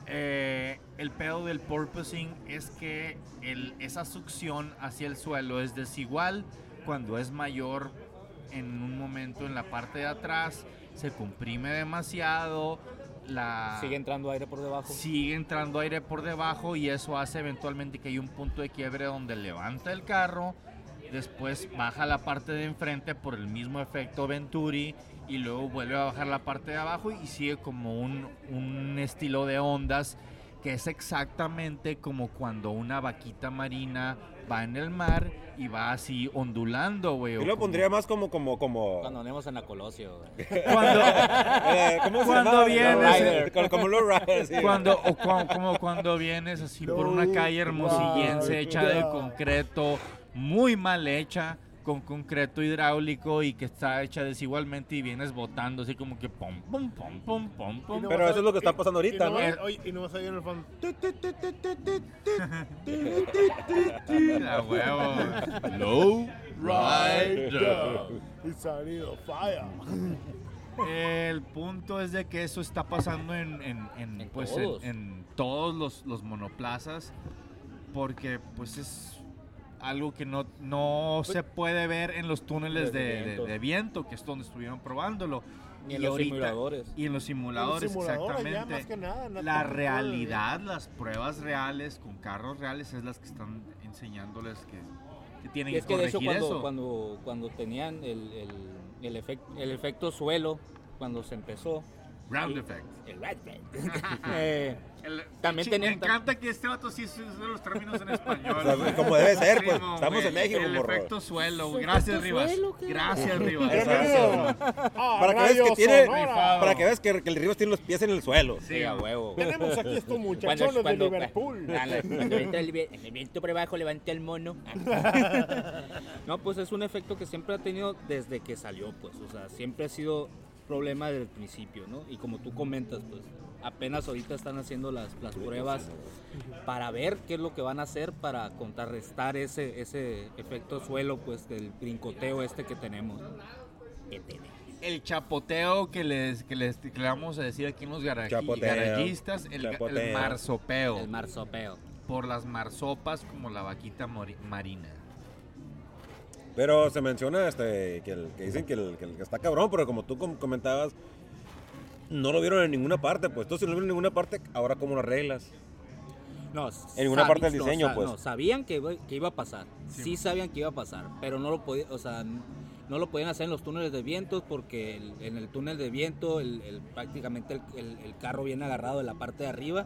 S1: Eh, el pedo del porpoising es que el- esa succión hacia el suelo es desigual cuando es mayor en un momento en la parte de atrás, se comprime demasiado, la,
S2: Sigue entrando aire por debajo.
S1: sigue entrando aire por debajo y eso hace eventualmente que hay un punto de quiebre donde levanta el carro, después baja la parte de enfrente por el mismo efecto Venturi y luego vuelve a bajar la parte de abajo y sigue como un, un estilo de ondas que es exactamente como cuando una vaquita marina va en el mar y va así ondulando, güey. o
S3: Yo
S4: pues,
S3: lo
S1: como-
S3: pondría más como, como, como...
S2: Cuando andemos en la Colosio. güey.
S1: Cuando,
S3: eh, ¿Cómo se
S1: Cuando
S3: llamaba?
S1: viene
S3: Lowrider, Como, como Lowrider, sí.
S1: Cuando, o cua- como cuando vienes así por una calle hermosillense hecha de concreto, muy mal hecha, con concreto hidráulico y que está hecha desigualmente y vienes botando así como que pom, pom, pom, pom, pom,
S4: Y
S1: pom.
S4: no
S3: Pero
S4: vas
S3: eso
S4: a-
S3: es lo que está
S4: y-
S3: pasando ahorita,
S4: y
S3: ¿no?
S4: vas- Oye, y no vas a ir en el fondo. tut, tut, tut, tut, tut, tut, tut, tut.
S1: La huevo. Low rider.
S4: It's a little fire.
S1: El punto es de que eso está pasando en, en- en,
S2: En
S1: pues,
S2: todos.
S1: en- en todos los, los monoplazas porque pues es algo que no, no se puede ver en los túneles
S2: De
S1: de, de-
S2: vientos.
S1: de viento, que es donde estuvieron probándolo.
S2: Ni en los
S1: ahorita-
S2: simuladores.
S1: Y en los simuladores,
S4: Simuladores ya,
S1: exactamente.
S4: más que nada, no
S1: la
S4: tanto de-
S1: realidad, las pruebas reales con carros reales es las que están enseñándoles que, que tienen
S2: Y
S1: que
S2: es que de hecho
S1: corregir
S2: cuando,
S1: eso.
S2: cuando, cuando tenían el, el, el, efec- el efecto suelo, cuando se empezó,
S1: Round
S2: y-
S1: effect.
S2: el red eh,
S1: El-
S2: También
S1: sí,
S2: tenía-
S1: Me encanta que este vato sí use los términos en español.
S3: O sea,
S1: güey.
S3: como debe ser, pues,
S1: Primo,
S3: estamos
S1: güey.
S3: en México,
S1: El
S3: morro.
S1: efecto suelo. güey. Gracias, Rivas. Gracias, Rivas.
S4: Bienvenido a
S3: Para que veas que
S4: Radio
S3: tiene-
S4: Sonora.
S3: Para que veas que, que el Rivas tiene los pies en el suelo.
S1: Sí,
S2: sí, a huevo.
S4: Tenemos aquí estos muchachones
S2: Cuando, cuando, pues,
S4: de Liverpool.
S2: cuando entra el, vi- el viento por abajo, levante el mono. No, pues es un efecto que siempre ha tenido desde que salió, pues. O sea, siempre ha sido problema desde el principio, ¿no? Y como tú comentas, pues, apenas ahorita están haciendo las, las pruebas para ver qué es lo que van a hacer para contrarrestar ese, ese efecto suelo, pues, del brincoteo este que tenemos. Que tenemos.
S1: El chapoteo que les, que les que le vamos a decir aquí en los garaji-
S3: Chapoteo.
S1: garajistas, el, ga- el
S3: Chapoteo.
S1: marsopeo.
S2: El marsopeo.
S1: por las marsopas como la vaquita mori- marina.
S3: Pero se menciona este, que, el, que dicen que el, que el que está cabrón, pero como tú com- comentabas, no lo vieron en ninguna parte. Pues entonces, si no lo vieron en ninguna parte, ahora cómo lo arreglas.
S2: No,
S3: En ninguna
S2: sabi-
S3: parte del
S2: no,
S3: diseño,
S2: sa-
S3: pues.
S2: no, sabían que, iba- que iba a pasar.
S1: Sí. pues.
S2: Sí. sabían que iba a pasar, pero no lo podían, o sea, n- no lo podían hacer en los túneles de vientos porque el- en el túnel de viento el, el- prácticamente el, el- el carro viene agarrado de la parte de arriba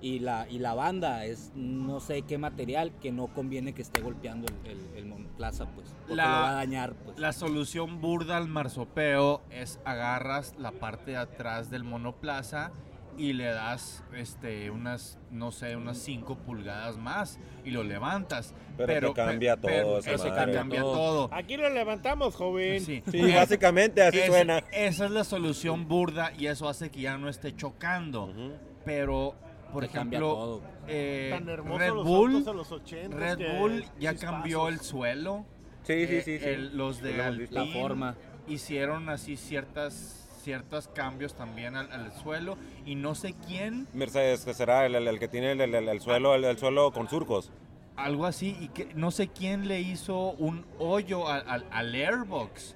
S2: y la, y la banda es no sé qué material que no conviene que esté golpeando el, el, el monoplaza, pues, porque
S1: La-
S2: lo va a dañar, pues.
S1: La solución burda al marsopeo es agarras la parte de atrás del monoplaza y le das este unas no sé unas 5 pulgadas más y lo levantas
S3: Pero te cambia
S1: pe-
S3: todo esa
S1: eso
S2: madre.
S1: te cambia todo
S4: Aquí lo levantamos, joven.
S1: Sí.
S3: Sí, básicamente así
S1: Es-
S3: suena.
S1: esa es la solución burda y eso hace que ya no esté chocando
S3: Ujú.
S1: pero por
S2: Te cambia
S1: ejemplo
S2: todo. pues,
S1: eh,
S4: Tan hermosos
S1: Red
S4: los
S1: Bull
S4: autos de los 80
S1: Red Bull ya cambió el suelo
S3: Sí, sí,
S1: Eh,
S3: sí. sí.
S1: el- los de
S3: Lo hemos visto.
S2: La
S1: Alpine
S2: forma.
S1: hicieron así ciertas ciertos cambios también al, al suelo y no sé quién
S3: Mercedes, que será el, el- el que tiene el, el- el- el suelo, el, el suelo con surcos.
S1: algo así y que no sé quién le hizo un hoyo al, al- al airbox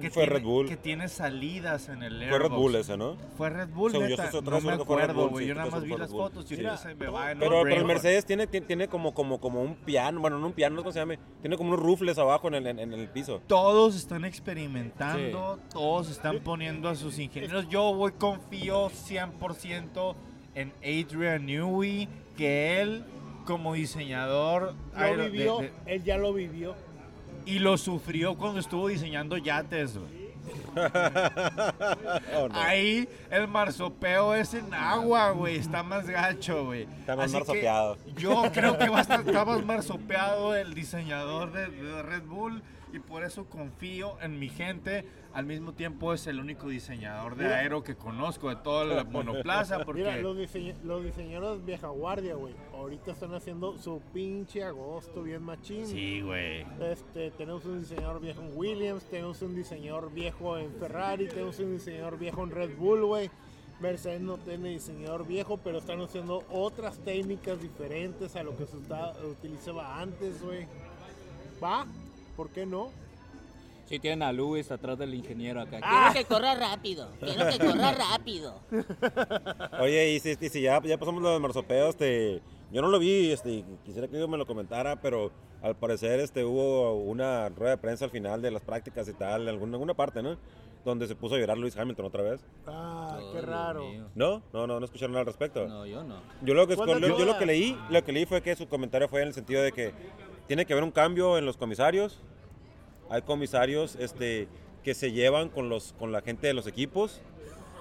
S1: que
S3: Fue
S1: tiene,
S3: Red Bull.
S1: que tiene salidas en el
S3: Fue
S1: airbox
S3: Red Bull ese, ¿no?
S1: fue Red Bull
S3: Según yo,
S1: neta,
S3: eso es otra
S1: no me
S3: cosa que fue Red
S1: acuerdo
S3: Bull,
S1: güey
S3: sí,
S1: yo nada
S3: eso
S1: más
S3: fue
S1: vi
S3: Red
S1: las
S3: Bull.
S1: fotos y
S3: Sí.
S1: ahorita se me va en
S3: Pero,
S1: un
S3: pero el
S1: brain.
S3: Mercedes tiene, tiene, tiene como, como, como un piano, bueno, no un piano, no sé cómo se llame, tiene como unos rufles abajo en el, en, en el piso.
S1: todos están experimentando, todos están poniendo a sus ingenieros. Yo voy, confío 100% en Adrian Newey, que él como diseñador
S4: Lo
S1: aero- de-
S4: vivió,
S1: de-
S4: él ya lo vivió.
S1: y lo sufrió cuando estuvo diseñando yates. güey.
S3: Oh, no.
S1: Ahí el marsopeo es en agua, güey, está más gacho, güey.
S3: Está más
S1: Así que
S3: marsopeado.
S1: Yo creo que va a estar está más marsopeado el diseñador de, de Red Bull y por eso confío en mi gente. Al mismo tiempo es el único diseñador de
S4: Mira.
S1: aero que conozco de toda la monoplaza porque
S4: Mira, los, diseñ- los diseñadores vieja guardia, güey. Ahorita están haciendo su pinche agosto bien machín.
S1: sí, güey.
S4: Este, tenemos un diseñador viejo en Williams, tenemos un diseñador viejo en Ferrari, tenemos un diseñador viejo en Red Bull, güey. Mercedes no tiene diseñador viejo, pero están haciendo otras técnicas diferentes a lo que se usa- utilizaba antes, güey. ¿Va? ¿Por qué no?
S2: Sí tienen a Luis atrás del ingeniero acá.
S1: Ah,
S5: Quiero que corra rápido, quiero que corra rápido.
S3: Oye, y si, y si ya, ya pasamos lo de marsopeo, este, yo no lo vi, este, quisiera que me lo comentara, pero al parecer este, hubo una rueda de prensa al final de las prácticas y tal, en alguna, alguna parte, ¿no? Donde se puso a llorar Luis Hamilton otra vez.
S4: Ah,
S2: Todo
S4: qué
S2: lo
S4: raro.
S2: mío.
S3: ¿No? No, no, no escucharon nada al respecto.
S2: No, yo no.
S3: Yo, lo que,
S4: ¿Cuándo
S3: lo- yo lo que
S4: llora?
S3: leí, lo que leí fue que su comentario fue en el sentido de que tiene que haber un cambio en los comisarios. Hay comisarios este, que se llevan con, los, con la gente de los equipos,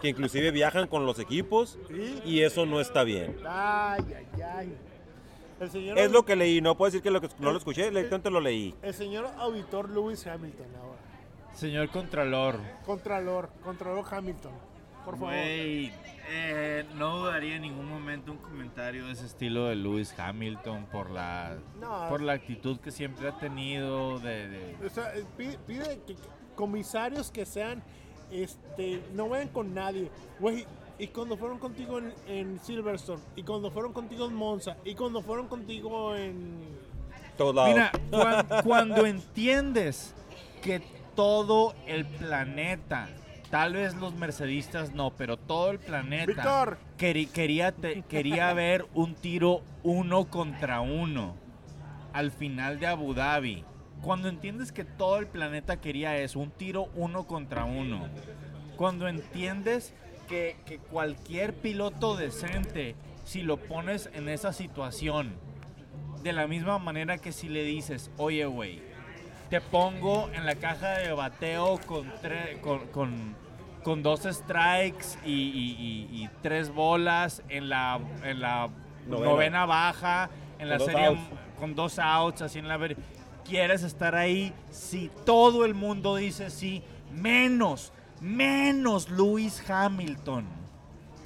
S3: que inclusive viajan con los equipos, y eso no está bien.
S4: Ay, ay, ay. El señor,
S3: Es
S4: audi-
S3: lo que leí, no puedo decir que, lo que no lo escuché, directamente lo leí.
S4: el señor auditor Lewis Hamilton ahora.
S1: Señor Contralor.
S4: Contralor, Contralor Hamilton. Por favor.
S1: Güey, eh, no dudaría en ningún momento un comentario de ese estilo de Lewis Hamilton por la,
S4: No.
S1: por la actitud que siempre ha tenido de... de-
S4: O sea, eh, pide, pide que, que comisarios que sean, este, no vayan con nadie. Güey, y cuando fueron contigo en, en Silverstone, y cuando fueron contigo en Monza, y cuando fueron contigo en...
S3: Todos lados.
S1: Mira, cuan- cuando entiendes que todo el planeta, tal vez los mercedistas no, pero todo el planeta
S4: Víctor.
S1: queri- quería, te- quería ver un tiro uno contra uno al final de Abu Dhabi. Cuando entiendes que todo el planeta quería eso, un tiro uno contra uno. Cuando entiendes que, que cualquier piloto decente, si lo pones en esa situación, de la misma manera que si le dices, oye, güey, te pongo en la caja de bateo con, tre- con, con- con dos strikes y, y- y- y tres bolas en la, en la
S3: Novena.
S1: novena. baja, en la
S3: Con dos
S1: serie
S3: outs.
S1: con dos outs, así en la ver. ¿Quieres estar ahí? Si todo el mundo dice sí, menos, menos Lewis Hamilton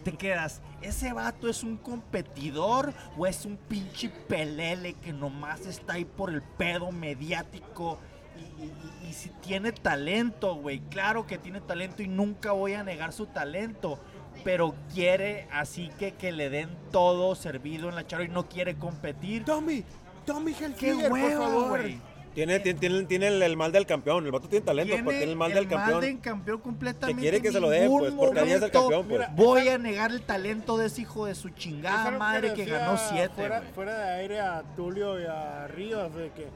S1: te quedas, ¿ese vato es un competidor o es un pinche pelele que nomás está ahí por el pedo mediático? Y, y- y- y si tiene talento, güey, claro que tiene talento y nunca voy a negar su talento, pero quiere así que, que le den todo servido en la charla y no quiere competir.
S4: Tommy, Tommy
S1: ¡Qué
S4: Hilfiger, por
S1: huevo,
S4: favor.
S1: güey!
S3: Tiene, tiene, tiene, tiene el, el mal del campeón. El vato tiene talento,
S1: Tiene
S3: pero tiene el mal del campeón.
S1: del campeón completamente.
S3: Que quiere que
S1: En
S3: se lo dé,
S1: ningún
S3: pues, porque ahí es el
S1: momento
S3: campeón, pues.
S1: Voy a negar el talento de ese hijo de su
S4: Es algo
S1: chingada madre que
S4: decía
S1: ganó siete.
S4: Fuera,
S1: güey.
S4: fuera de aire a Tulio y a Ríos de que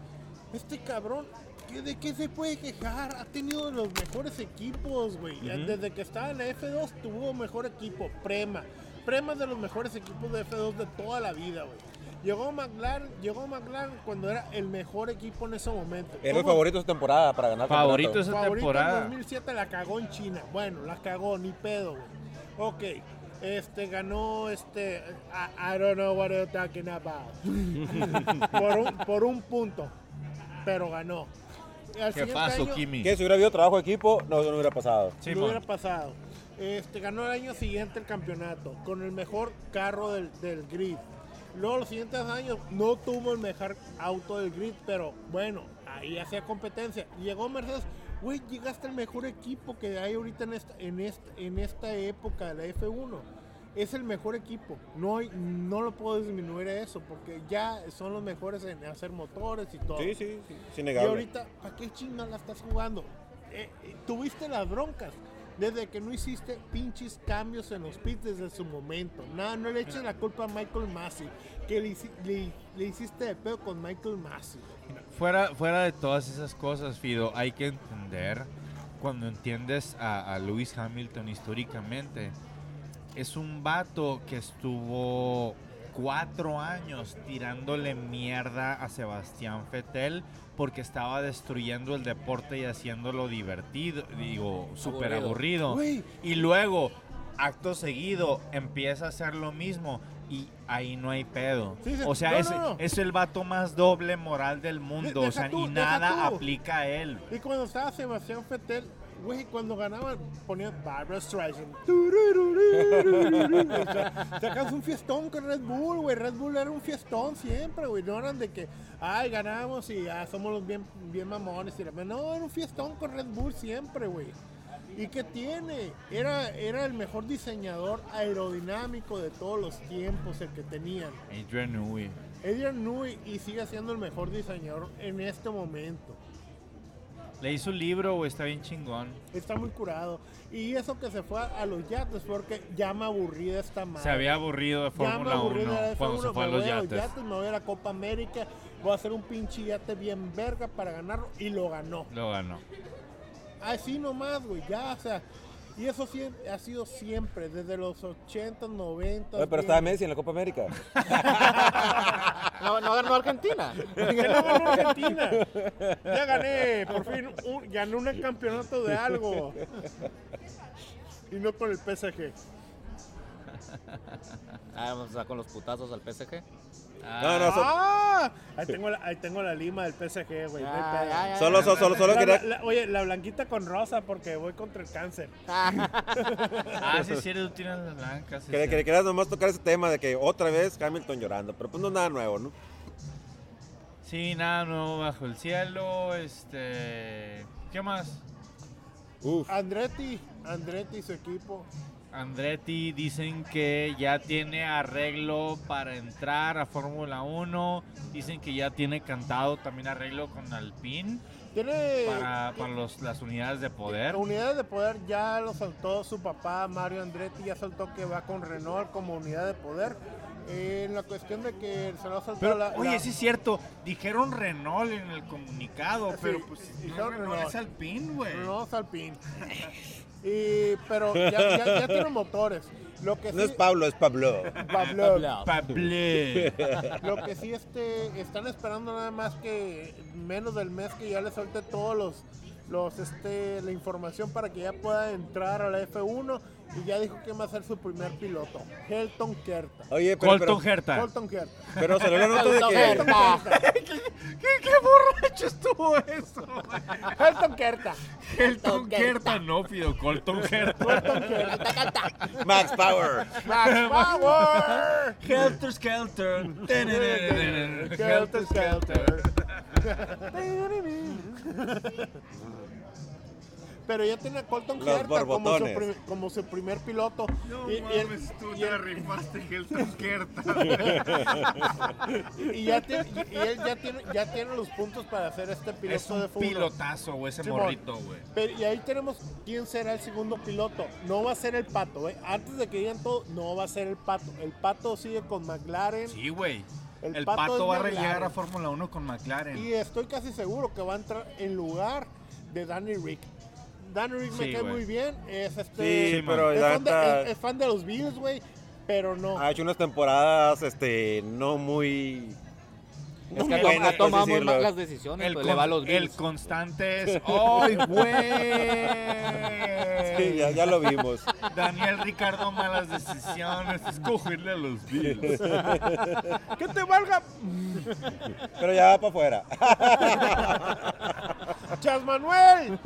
S4: este cabrón, ¿qué- ¿de qué se puede quejar? Ha tenido los mejores equipos, güey. Desde que estaba en la F2 tuvo mejor equipo, Prema. Prema es de los mejores equipos de F2 de toda la vida, güey. Llegó McLaren, llegó McLaren cuando era el mejor equipo en ese momento.
S3: Era el
S4: Tuvo-
S3: favorito de esa temporada para ganar el
S1: Favorito
S3: campeonato.
S1: esa
S4: favorito
S1: temporada.
S4: En 2007 la cagó en China. Bueno, la cagó, ni pedo, güey. Ok. Este ganó este. I, I don't know what you're talking about. por, un, por un punto. Pero ganó. Al
S1: ¿Qué
S4: siguiente
S1: pasó,
S4: año,
S1: Kimi?
S3: Que si hubiera habido trabajo de equipo, no, eso no hubiera pasado.
S1: Sí,
S4: no
S1: mon.
S4: hubiera pasado. Este, ganó el año siguiente el campeonato con el mejor carro del, del grid. Luego los siguientes años no tuvo el mejor auto del grid, pero bueno, ahí hacía competencia. Llegó Mercedes, güey, llegaste al mejor equipo que hay ahorita en esta, en esta, en esta época de la F1. Es el mejor equipo, no, hay- no lo puedo disminuir a eso, porque ya son los mejores en hacer motores y todo.
S3: Sí, sí, sí, sin
S4: Y
S3: negarlo.
S4: ahorita, ¿para qué chingada la estás jugando? Eh, eh, tuviste las broncas desde que no hiciste pinches cambios en los pits desde su momento. Nada, no le eches la culpa a Michael Massey, que le, hici- le- le hiciste de pedo con Michael Massey.
S1: Fuera, fuera de todas esas cosas, Fido, hay que entender, cuando entiendes a, a Lewis Hamilton históricamente, es un vato que estuvo cuatro años tirándole mierda a Sebastián Fettel porque estaba destruyendo el deporte y haciéndolo divertido, digo, súper aburrido.
S4: Güey,
S1: Y luego, acto seguido, empieza a hacer lo mismo y ahí no hay pedo.
S4: Sí, sí.
S1: O sea,
S4: No,
S1: es,
S4: no, no.
S1: es el vato más doble moral del mundo.
S4: De-
S1: o sea,
S4: deja tú,
S1: y
S4: deja
S1: nada
S4: tú.
S1: aplica a él.
S4: y cuando estaba Sebastián Fettel, güey, cuando ganaban, ponían Barbara Streisand. O sea, Sacas un fiestón con Red Bull, güey. Red Bull era un fiestón siempre, güey. No eran de que, ay, ganamos y ya somos los bien, bien mamones. Y la... No, era un fiestón con Red Bull siempre, güey. ¿Y qué tiene? Era, era el mejor diseñador aerodinámico de todos los tiempos, el que tenían.
S1: Adrian Newey.
S4: Adrian Newey y sigue siendo el mejor diseñador en este momento.
S1: Le hizo un libro, güey, está bien chingón.
S4: Está muy curado. Y eso que se fue a, a los yates, porque ya me aburrí de esta madre.
S1: Se había aburrido de
S4: Ya me
S1: Fórmula
S4: aburrí
S1: 1
S4: de la
S1: cuando se
S4: F1,
S1: fue a
S4: me
S1: los
S4: voy
S1: yates.
S4: me voy a la Copa América, voy a hacer un pinche yate bien verga para ganarlo y lo ganó.
S1: Lo ganó.
S4: Así nomás, güey, ya, o sea, y eso sí ha sido siempre, desde los 80, 90.
S3: Oye, pero
S4: 10.
S3: estaba Messi en la Copa América.
S6: No, no ganó Argentina.
S4: Ya no ganó Argentina. Ya gané, por fin, un, gané un campeonato de algo. Y no con el PSG.
S6: Ah, vamos a con los putazos al PSG.
S3: No, no, so-
S4: ¡Ah! Ahí tengo, la, ahí tengo la lima del PSG, güey. no hay
S5: Ah,
S4: pedo.
S5: ya, ya, ya.
S3: solo, solo, solo, solo
S4: La-
S3: quería.
S4: la- la- oye, la blanquita con rosa porque voy contra el cáncer.
S1: Ah, sí, es cierto, tú tienes las blancas. sí,
S3: Que,
S1: es
S3: que- que
S1: cierto.
S3: querías nomás tocar ese tema de que otra vez Hamilton llorando, pero pues no nada nuevo, ¿no?
S1: Sí, nada nuevo bajo el cielo. Este. ¿Qué más?
S3: Uf,
S4: Andretti, Andretti y su equipo.
S1: Andretti dicen que ya tiene arreglo para entrar a Fórmula 1. Dicen que ya tiene cantado también arreglo con Alpine
S4: Tiene
S1: para, para los, las unidades de poder.
S4: unidades de poder, ya lo soltó su papá Mario Andretti, ya soltó que va con Renault como unidad de poder. Eh, en la cuestión de que se lo ha soltado
S1: Pero,
S4: la,
S1: oye,
S4: la-
S1: sí es cierto, dijeron Renault en el comunicado,
S4: Sí,
S1: pero pues no,
S4: dijeron
S1: Renault,
S4: Renault.
S1: es Alpine, güey.
S4: No, Salpín. Y, pero ya, ya, ya tiene motores. Lo que
S3: no es
S4: sí-
S3: Pablo, es Pablo.
S4: Pablo.
S2: Pablo.
S1: Pablé.
S4: Lo que sí este, están esperando nada más que menos del mes que ya le suelte todos los, los este, la información para que ya pueda entrar a la F1 y ya dijo que va a ser su primer piloto, Helton Kerta.
S3: Oye, pero, pero,
S1: Colton Herta.
S4: Helton Kerta.
S3: pero salió la nota de que.
S1: ¿Qué, qué borracho estuvo eso, güey?
S4: Helton Kerta.
S1: Helton
S5: Helton
S1: Herta,
S5: Herta.
S1: no, Fido, Colton Herta.
S4: Helton Kerta.
S5: Canta, canta.
S3: Max Power.
S4: Max Power.
S1: Helter Skelter. Helter Skelter.
S4: Pero ya tiene a Colton
S3: Los
S4: Herta como su,
S3: borbotones.
S4: prim- como su primer piloto. Y- y el- y el-
S1: rifaste, Helton Herta.
S4: Y ya tiene, y él ya tiene, ya tiene los puntos para hacer este piloto
S1: Es un
S4: de F1.
S1: pilotazo, güey, ese
S4: Simón.
S1: morrito, güey.
S4: Pero- y ahí tenemos quién será el segundo piloto. No va a ser el pato, ¿eh? Antes de que digan todo, no va a ser el pato. El pato sigue con McLaren.
S1: Sí, güey. El,
S4: El
S1: pato,
S4: Pato es
S1: va a
S4: McLaren.
S1: llegar a Fórmula 1 con McLaren.
S4: Y estoy casi seguro que va a entrar en lugar de Danny Rick. Danny Rick
S1: Sí,
S4: me cae
S1: güey.
S4: muy bien. Es este.
S3: Sí,
S1: man.
S3: pero
S4: es,
S3: ya
S4: fan de,
S3: está.
S4: es- es fan de los Bills, güey. Pero no.
S3: Ha hecho unas temporadas este, no muy.
S2: Es que
S3: muy
S2: ha,
S3: buenas,
S2: tomado
S3: por
S2: muy
S3: decirlo.
S2: malas decisiones,
S1: el,
S2: pues, le va a
S1: con-
S2: los
S1: el
S2: Bills.
S1: constante es. ¡Ay, güey!
S3: Sí, ya, ya lo vimos.
S1: Daniel Ricardo, malas decisiones. Escogerle a los Bills.
S4: ¡Que te valga!
S3: Pero ya va para afuera.
S4: ¡Chas Manuel!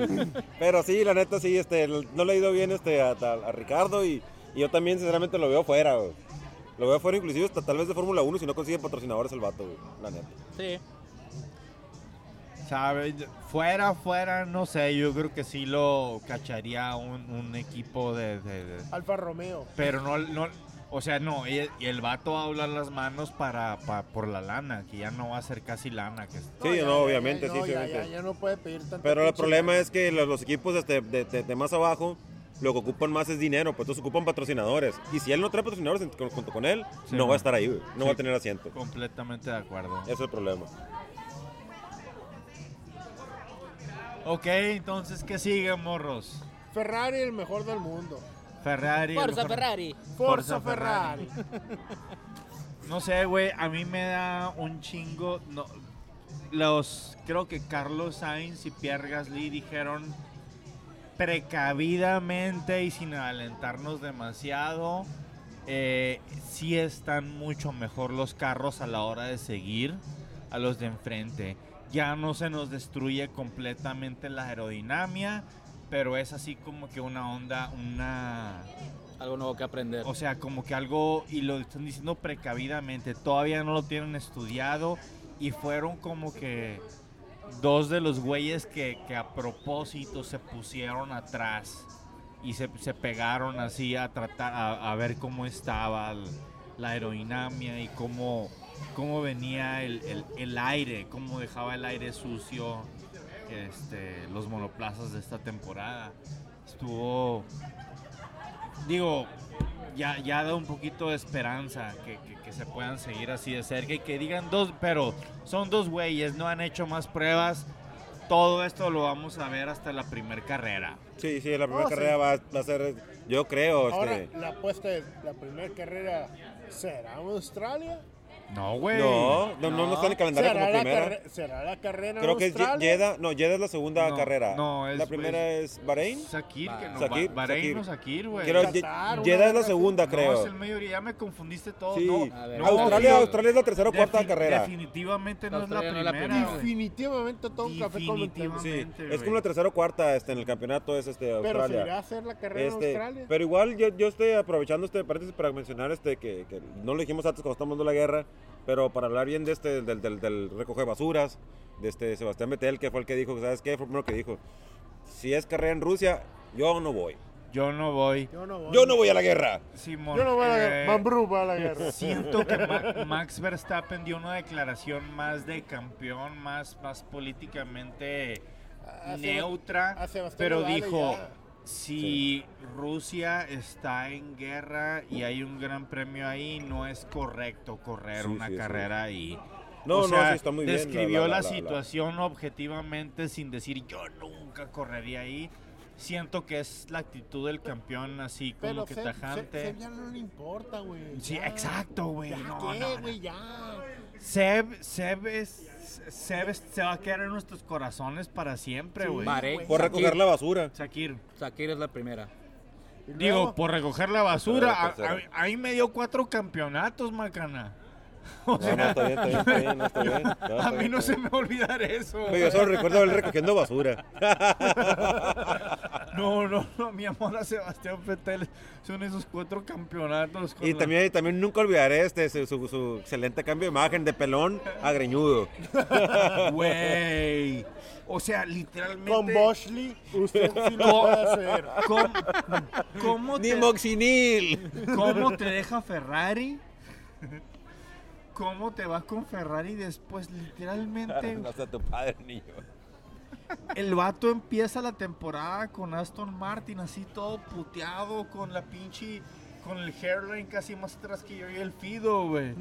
S3: Pero sí, la neta, sí, este, no le ha ido bien este, a, a- a Ricardo y, y yo también, sinceramente, lo veo fuera, güey. Lo veo fuera, inclusive, hasta tal vez de Fórmula 1 si no consigue patrocinadores el vato, güey. La neta.
S2: Sí.
S1: ¿Sabes? Fuera, fuera, no sé. Yo creo que sí lo cacharía un, un equipo de- de- de,
S4: Alfa Romeo.
S1: Pero no, no o sea, no, y, y el vato va a doblar las manos para, pa- por la lana, que ya no va a ser casi lana. Que es-
S3: Sí, no, obviamente,
S4: ya,
S3: sí,
S4: no,
S3: sí,
S4: ya,
S3: obviamente.
S4: ya, ya no puede pedir tanto.
S3: Pero el problema es que los, los equipos este, de, de- de más abajo lo que ocupan más es dinero, pues entonces ocupan patrocinadores. Y si él no trae patrocinadores en- con- junto con él,
S1: Sí,
S3: no
S1: man.
S3: va a estar ahí, güey. no
S1: Sí.
S3: va a tener asiento.
S1: Completamente de acuerdo.
S3: Ese es el problema.
S1: Ok, entonces, ¿qué sigue, morros?
S4: Ferrari, el mejor del mundo.
S1: Ferrari. a lo
S5: Forza
S1: mejor-
S5: Ferrari.
S1: Forza
S4: Forza Ferrari.
S1: No sé, güey, a mí me da un chingo. No, los, creo que Carlos Sainz y Pierre Gasly dijeron precavidamente y sin alentarnos demasiado. eh, sí están mucho mejor los carros a la hora de seguir a los de enfrente. Ya no se nos destruye completamente la aerodinámica, pero es así como que una onda, una
S2: Algo nuevo que aprender.
S1: o sea, como que algo, y lo están diciendo precavidamente, todavía no lo tienen estudiado y fueron como que dos de los güeyes que, que a propósito se pusieron atrás y se, se pegaron así a tratar, a, a ver cómo estaba el- la aerodinámica y cómo, cómo venía el, el- el aire, cómo dejaba el aire sucio este, los monoplazas de esta temporada. Estuvo, digo, ya, ya da un poquito de esperanza que, que- que se puedan seguir así de cerca y que digan dos, pero son dos güeyes, no han hecho más pruebas. Todo esto lo vamos a ver hasta la primer carrera.
S3: Sí, sí, la primera
S4: Oh, sí.
S3: carrera va, va a ser, yo creo,
S4: Ahora,
S3: este,
S4: la apuesta es, la primera carrera será en Australia.
S1: No, güey.
S3: No, no, no, no está en el calendario
S4: ¿Será
S3: como
S4: la,
S3: primera.
S4: carre- será la carrera
S3: Creo que es Ye-
S4: Australia?
S3: Jeddah, no, Jeddah es la segunda
S1: No,
S3: carrera.
S1: no, es- pues,
S3: La primera es Bahrein.
S1: Sakir, que no.
S3: Sakir,
S1: Ba- Bahrein
S3: Sakir.
S1: no Sakir, güey.
S3: Creo
S1: No,
S3: Ye-
S4: Qatar, una
S3: Jeddah es
S4: verga
S3: la
S4: así.
S3: segunda,
S1: es
S3: creo.
S1: el mayoría, ya me confundiste todo.
S3: Sí.
S1: No,
S2: A ver,
S1: no,
S3: Australia,
S1: güey.
S3: Australia es la tercera o cuarta
S1: Defi-
S3: carrera.
S1: Definitivamente no es la
S6: Australia no es la
S1: primera,
S6: primera,
S1: güey.
S4: Definitivamente todo un café con
S1: Definitivamente.
S4: Nutella.
S3: Sí,
S1: Definitivamente,
S3: es como
S1: güey.
S3: la tercera o cuarta este, en el campeonato es este,
S4: Pero se irá a
S3: Australia.
S4: hacer la carrera en
S3: Este,
S4: Australia.
S3: pero igual yo, yo estoy aprovechando este paréntesis para mencionar este que, que no lo dijimos antes cuando estamos dando la guerra, pero para hablar bien de este del, del, del recoge de basuras, de este Sebastián Betel, que fue el que dijo, ¿sabes qué? Fue el primero que dijo, si es carrera en Rusia, yo no voy.
S1: Yo no voy.
S4: Yo no voy.
S3: Yo no voy a la guerra.
S1: Simón.
S4: Yo no voy a la
S1: eh,
S4: guerra. Mambrú va a la guerra.
S1: Siento que Ma- Max Verstappen dio una declaración más de campeón, más, más políticamente
S4: A Seb-
S1: neutra,
S4: a Sebastián
S1: pero
S4: Nadal y
S1: dijo,
S4: ya.
S1: si Rusia está en guerra y hay un gran premio ahí, no es correcto correr
S3: Sí,
S1: una
S3: sí, sí.
S1: carrera ahí.
S3: No,
S1: O
S3: no,
S1: sea,
S3: sí, está muy bien, la-
S1: Describió
S3: la-
S1: la,
S3: la- la- la.
S1: situación objetivamente sin decir yo nunca correría ahí. Siento que es la actitud del campeón así como
S4: Pero
S1: que
S4: Seb-
S1: tajante.
S4: Seb- Seb ya no le importa, güey.
S1: Sí,
S4: Ya.
S1: exacto, güey.
S4: Ya,
S1: No,
S4: ¿qué,
S1: no, no.
S4: güey? Ya.
S1: Seb, Seb es. Seb es- se va a quedar en nuestros corazones para siempre, güey.
S6: Bahrein.
S3: Por recoger la basura.
S1: Shakir.
S2: Shakira es la primera.
S4: Y luego,
S1: Digo, por recoger la basura.
S3: Tercero,
S1: a-
S3: tercero.
S1: a- Ahí me dio cuatro campeonatos, Macana.
S3: No, no, está bien, está bien, está bien, no, está bien. No, está
S1: A mí
S3: bien,
S1: no
S3: está
S1: se
S3: bien.
S1: me va a olvidar eso.
S3: Oye, yo solo recuerdo él recogiendo basura.
S1: No, no, no. Mi amor a Sebastián Fetel son esos cuatro campeonatos. con
S3: Y
S1: la-
S3: también, también nunca olvidaré este, su, su- su excelente cambio de imagen de pelón a greñudo.
S1: Güey. O sea, literalmente.
S4: Con Boschly, usted sí lo puede hacer.
S1: ¿Cómo, cómo te-
S3: moxinil!
S1: ¿Cómo te deja Ferrari? ¿Cómo te vas con Ferrari después? Literalmente,
S3: No sea tu padre, niño.
S1: el vato empieza la temporada con Aston Martin, así todo puteado, con la pinche. con el hairline casi más atrás que yo y el Fido, güey.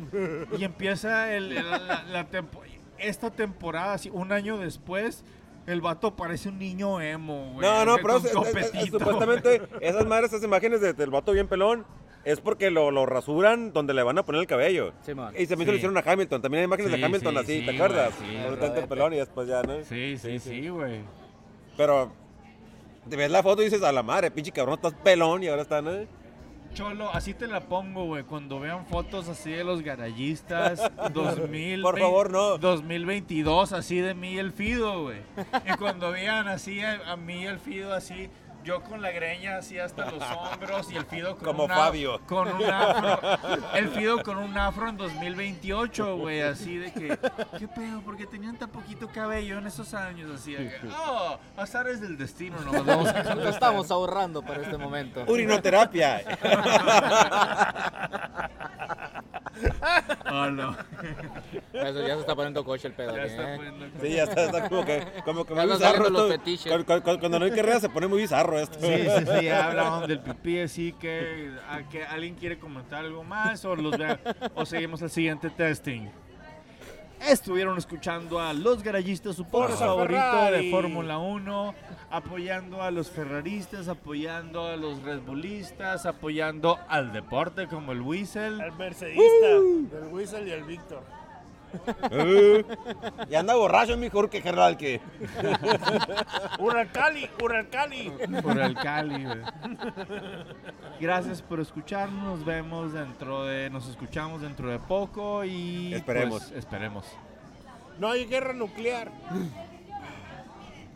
S1: Y empieza el- el- la, la tempo- esta temporada, así, un año después. El vato parece un niño emo, güey.
S3: No, no,
S1: con
S3: pero es- es- es-
S1: copetito, güey.
S3: supuestamente esas madres, esas imágenes de- del vato bien pelón, es porque lo, lo rasuran donde le van a poner el cabello.
S2: Simón.
S3: Y también se
S1: Sí.
S3: lo hicieron a Hamilton. También hay imágenes
S1: Sí,
S3: de Hamilton
S1: sí,
S3: así,
S1: sí,
S3: ¿te acuerdas?
S1: güey, sí.
S3: Con tanto pelón y después ya, ¿no?
S1: Sí, sí, sí, güey.
S3: Pero te ves la foto y dices, a la madre, pinche cabrón, estás pelón y ahora están, ¿eh?
S1: Cholo, así te la pongo, güey. Cuando vean fotos así de los garayistas 2000,
S3: Por favor, no.
S1: 2022, así de mí y el Fido, güey. Y cuando vean así a, a mí y el Fido, así, yo con la greña así hasta los hombros y el Fido con
S3: Como
S1: un a-
S3: Fabio.
S1: Con un afro. El Fido con un afro en 2028, güey. Así de que, ¿qué pedo? Porque tenían tan poquito cabello en esos años, así. de que, Oh, azares del destino, nos vamos a
S6: Lo estamos ahorrando para este momento.
S3: Urinoterapia.
S1: Oh, no.
S2: Eso ya se está poniendo coche el pedo.
S1: Ya
S2: ¿eh?
S1: está poniendo
S3: Sí, ya está, está como que, como que
S2: Ya
S3: muy
S2: nos
S3: bizarro.
S2: salen los
S3: esto.
S2: fetiches.
S3: Cuando, cuando- cuando no hay carrera se pone muy bizarro esto.
S1: Sí, sí, sí, hablaban del pipí, así que, a que alguien quiere comentar algo más o, los vea- o seguimos al siguiente testing. Estuvieron escuchando a los garayistas, su podcast
S4: Forza
S1: favorito
S4: Ferrari.
S1: de Fórmula 1, apoyando a los ferraristas, apoyando a los redbullistas, apoyando al deporte como el whistle.
S4: El mercedista, el Whistle y el Víctor.
S3: Eh, y anda borracho mejor que Gerald que.
S4: Huracali, Huracali.
S1: Por el Cali, güey. Gracias por escucharnos. Nos vemos dentro de. Nos escuchamos dentro de poco y.
S3: Esperemos.
S1: pues, esperemos.
S4: No hay guerra nuclear.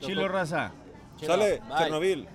S1: Chilo Raza.
S2: Chido.
S3: Sale
S2: Bye.
S3: Chernobyl.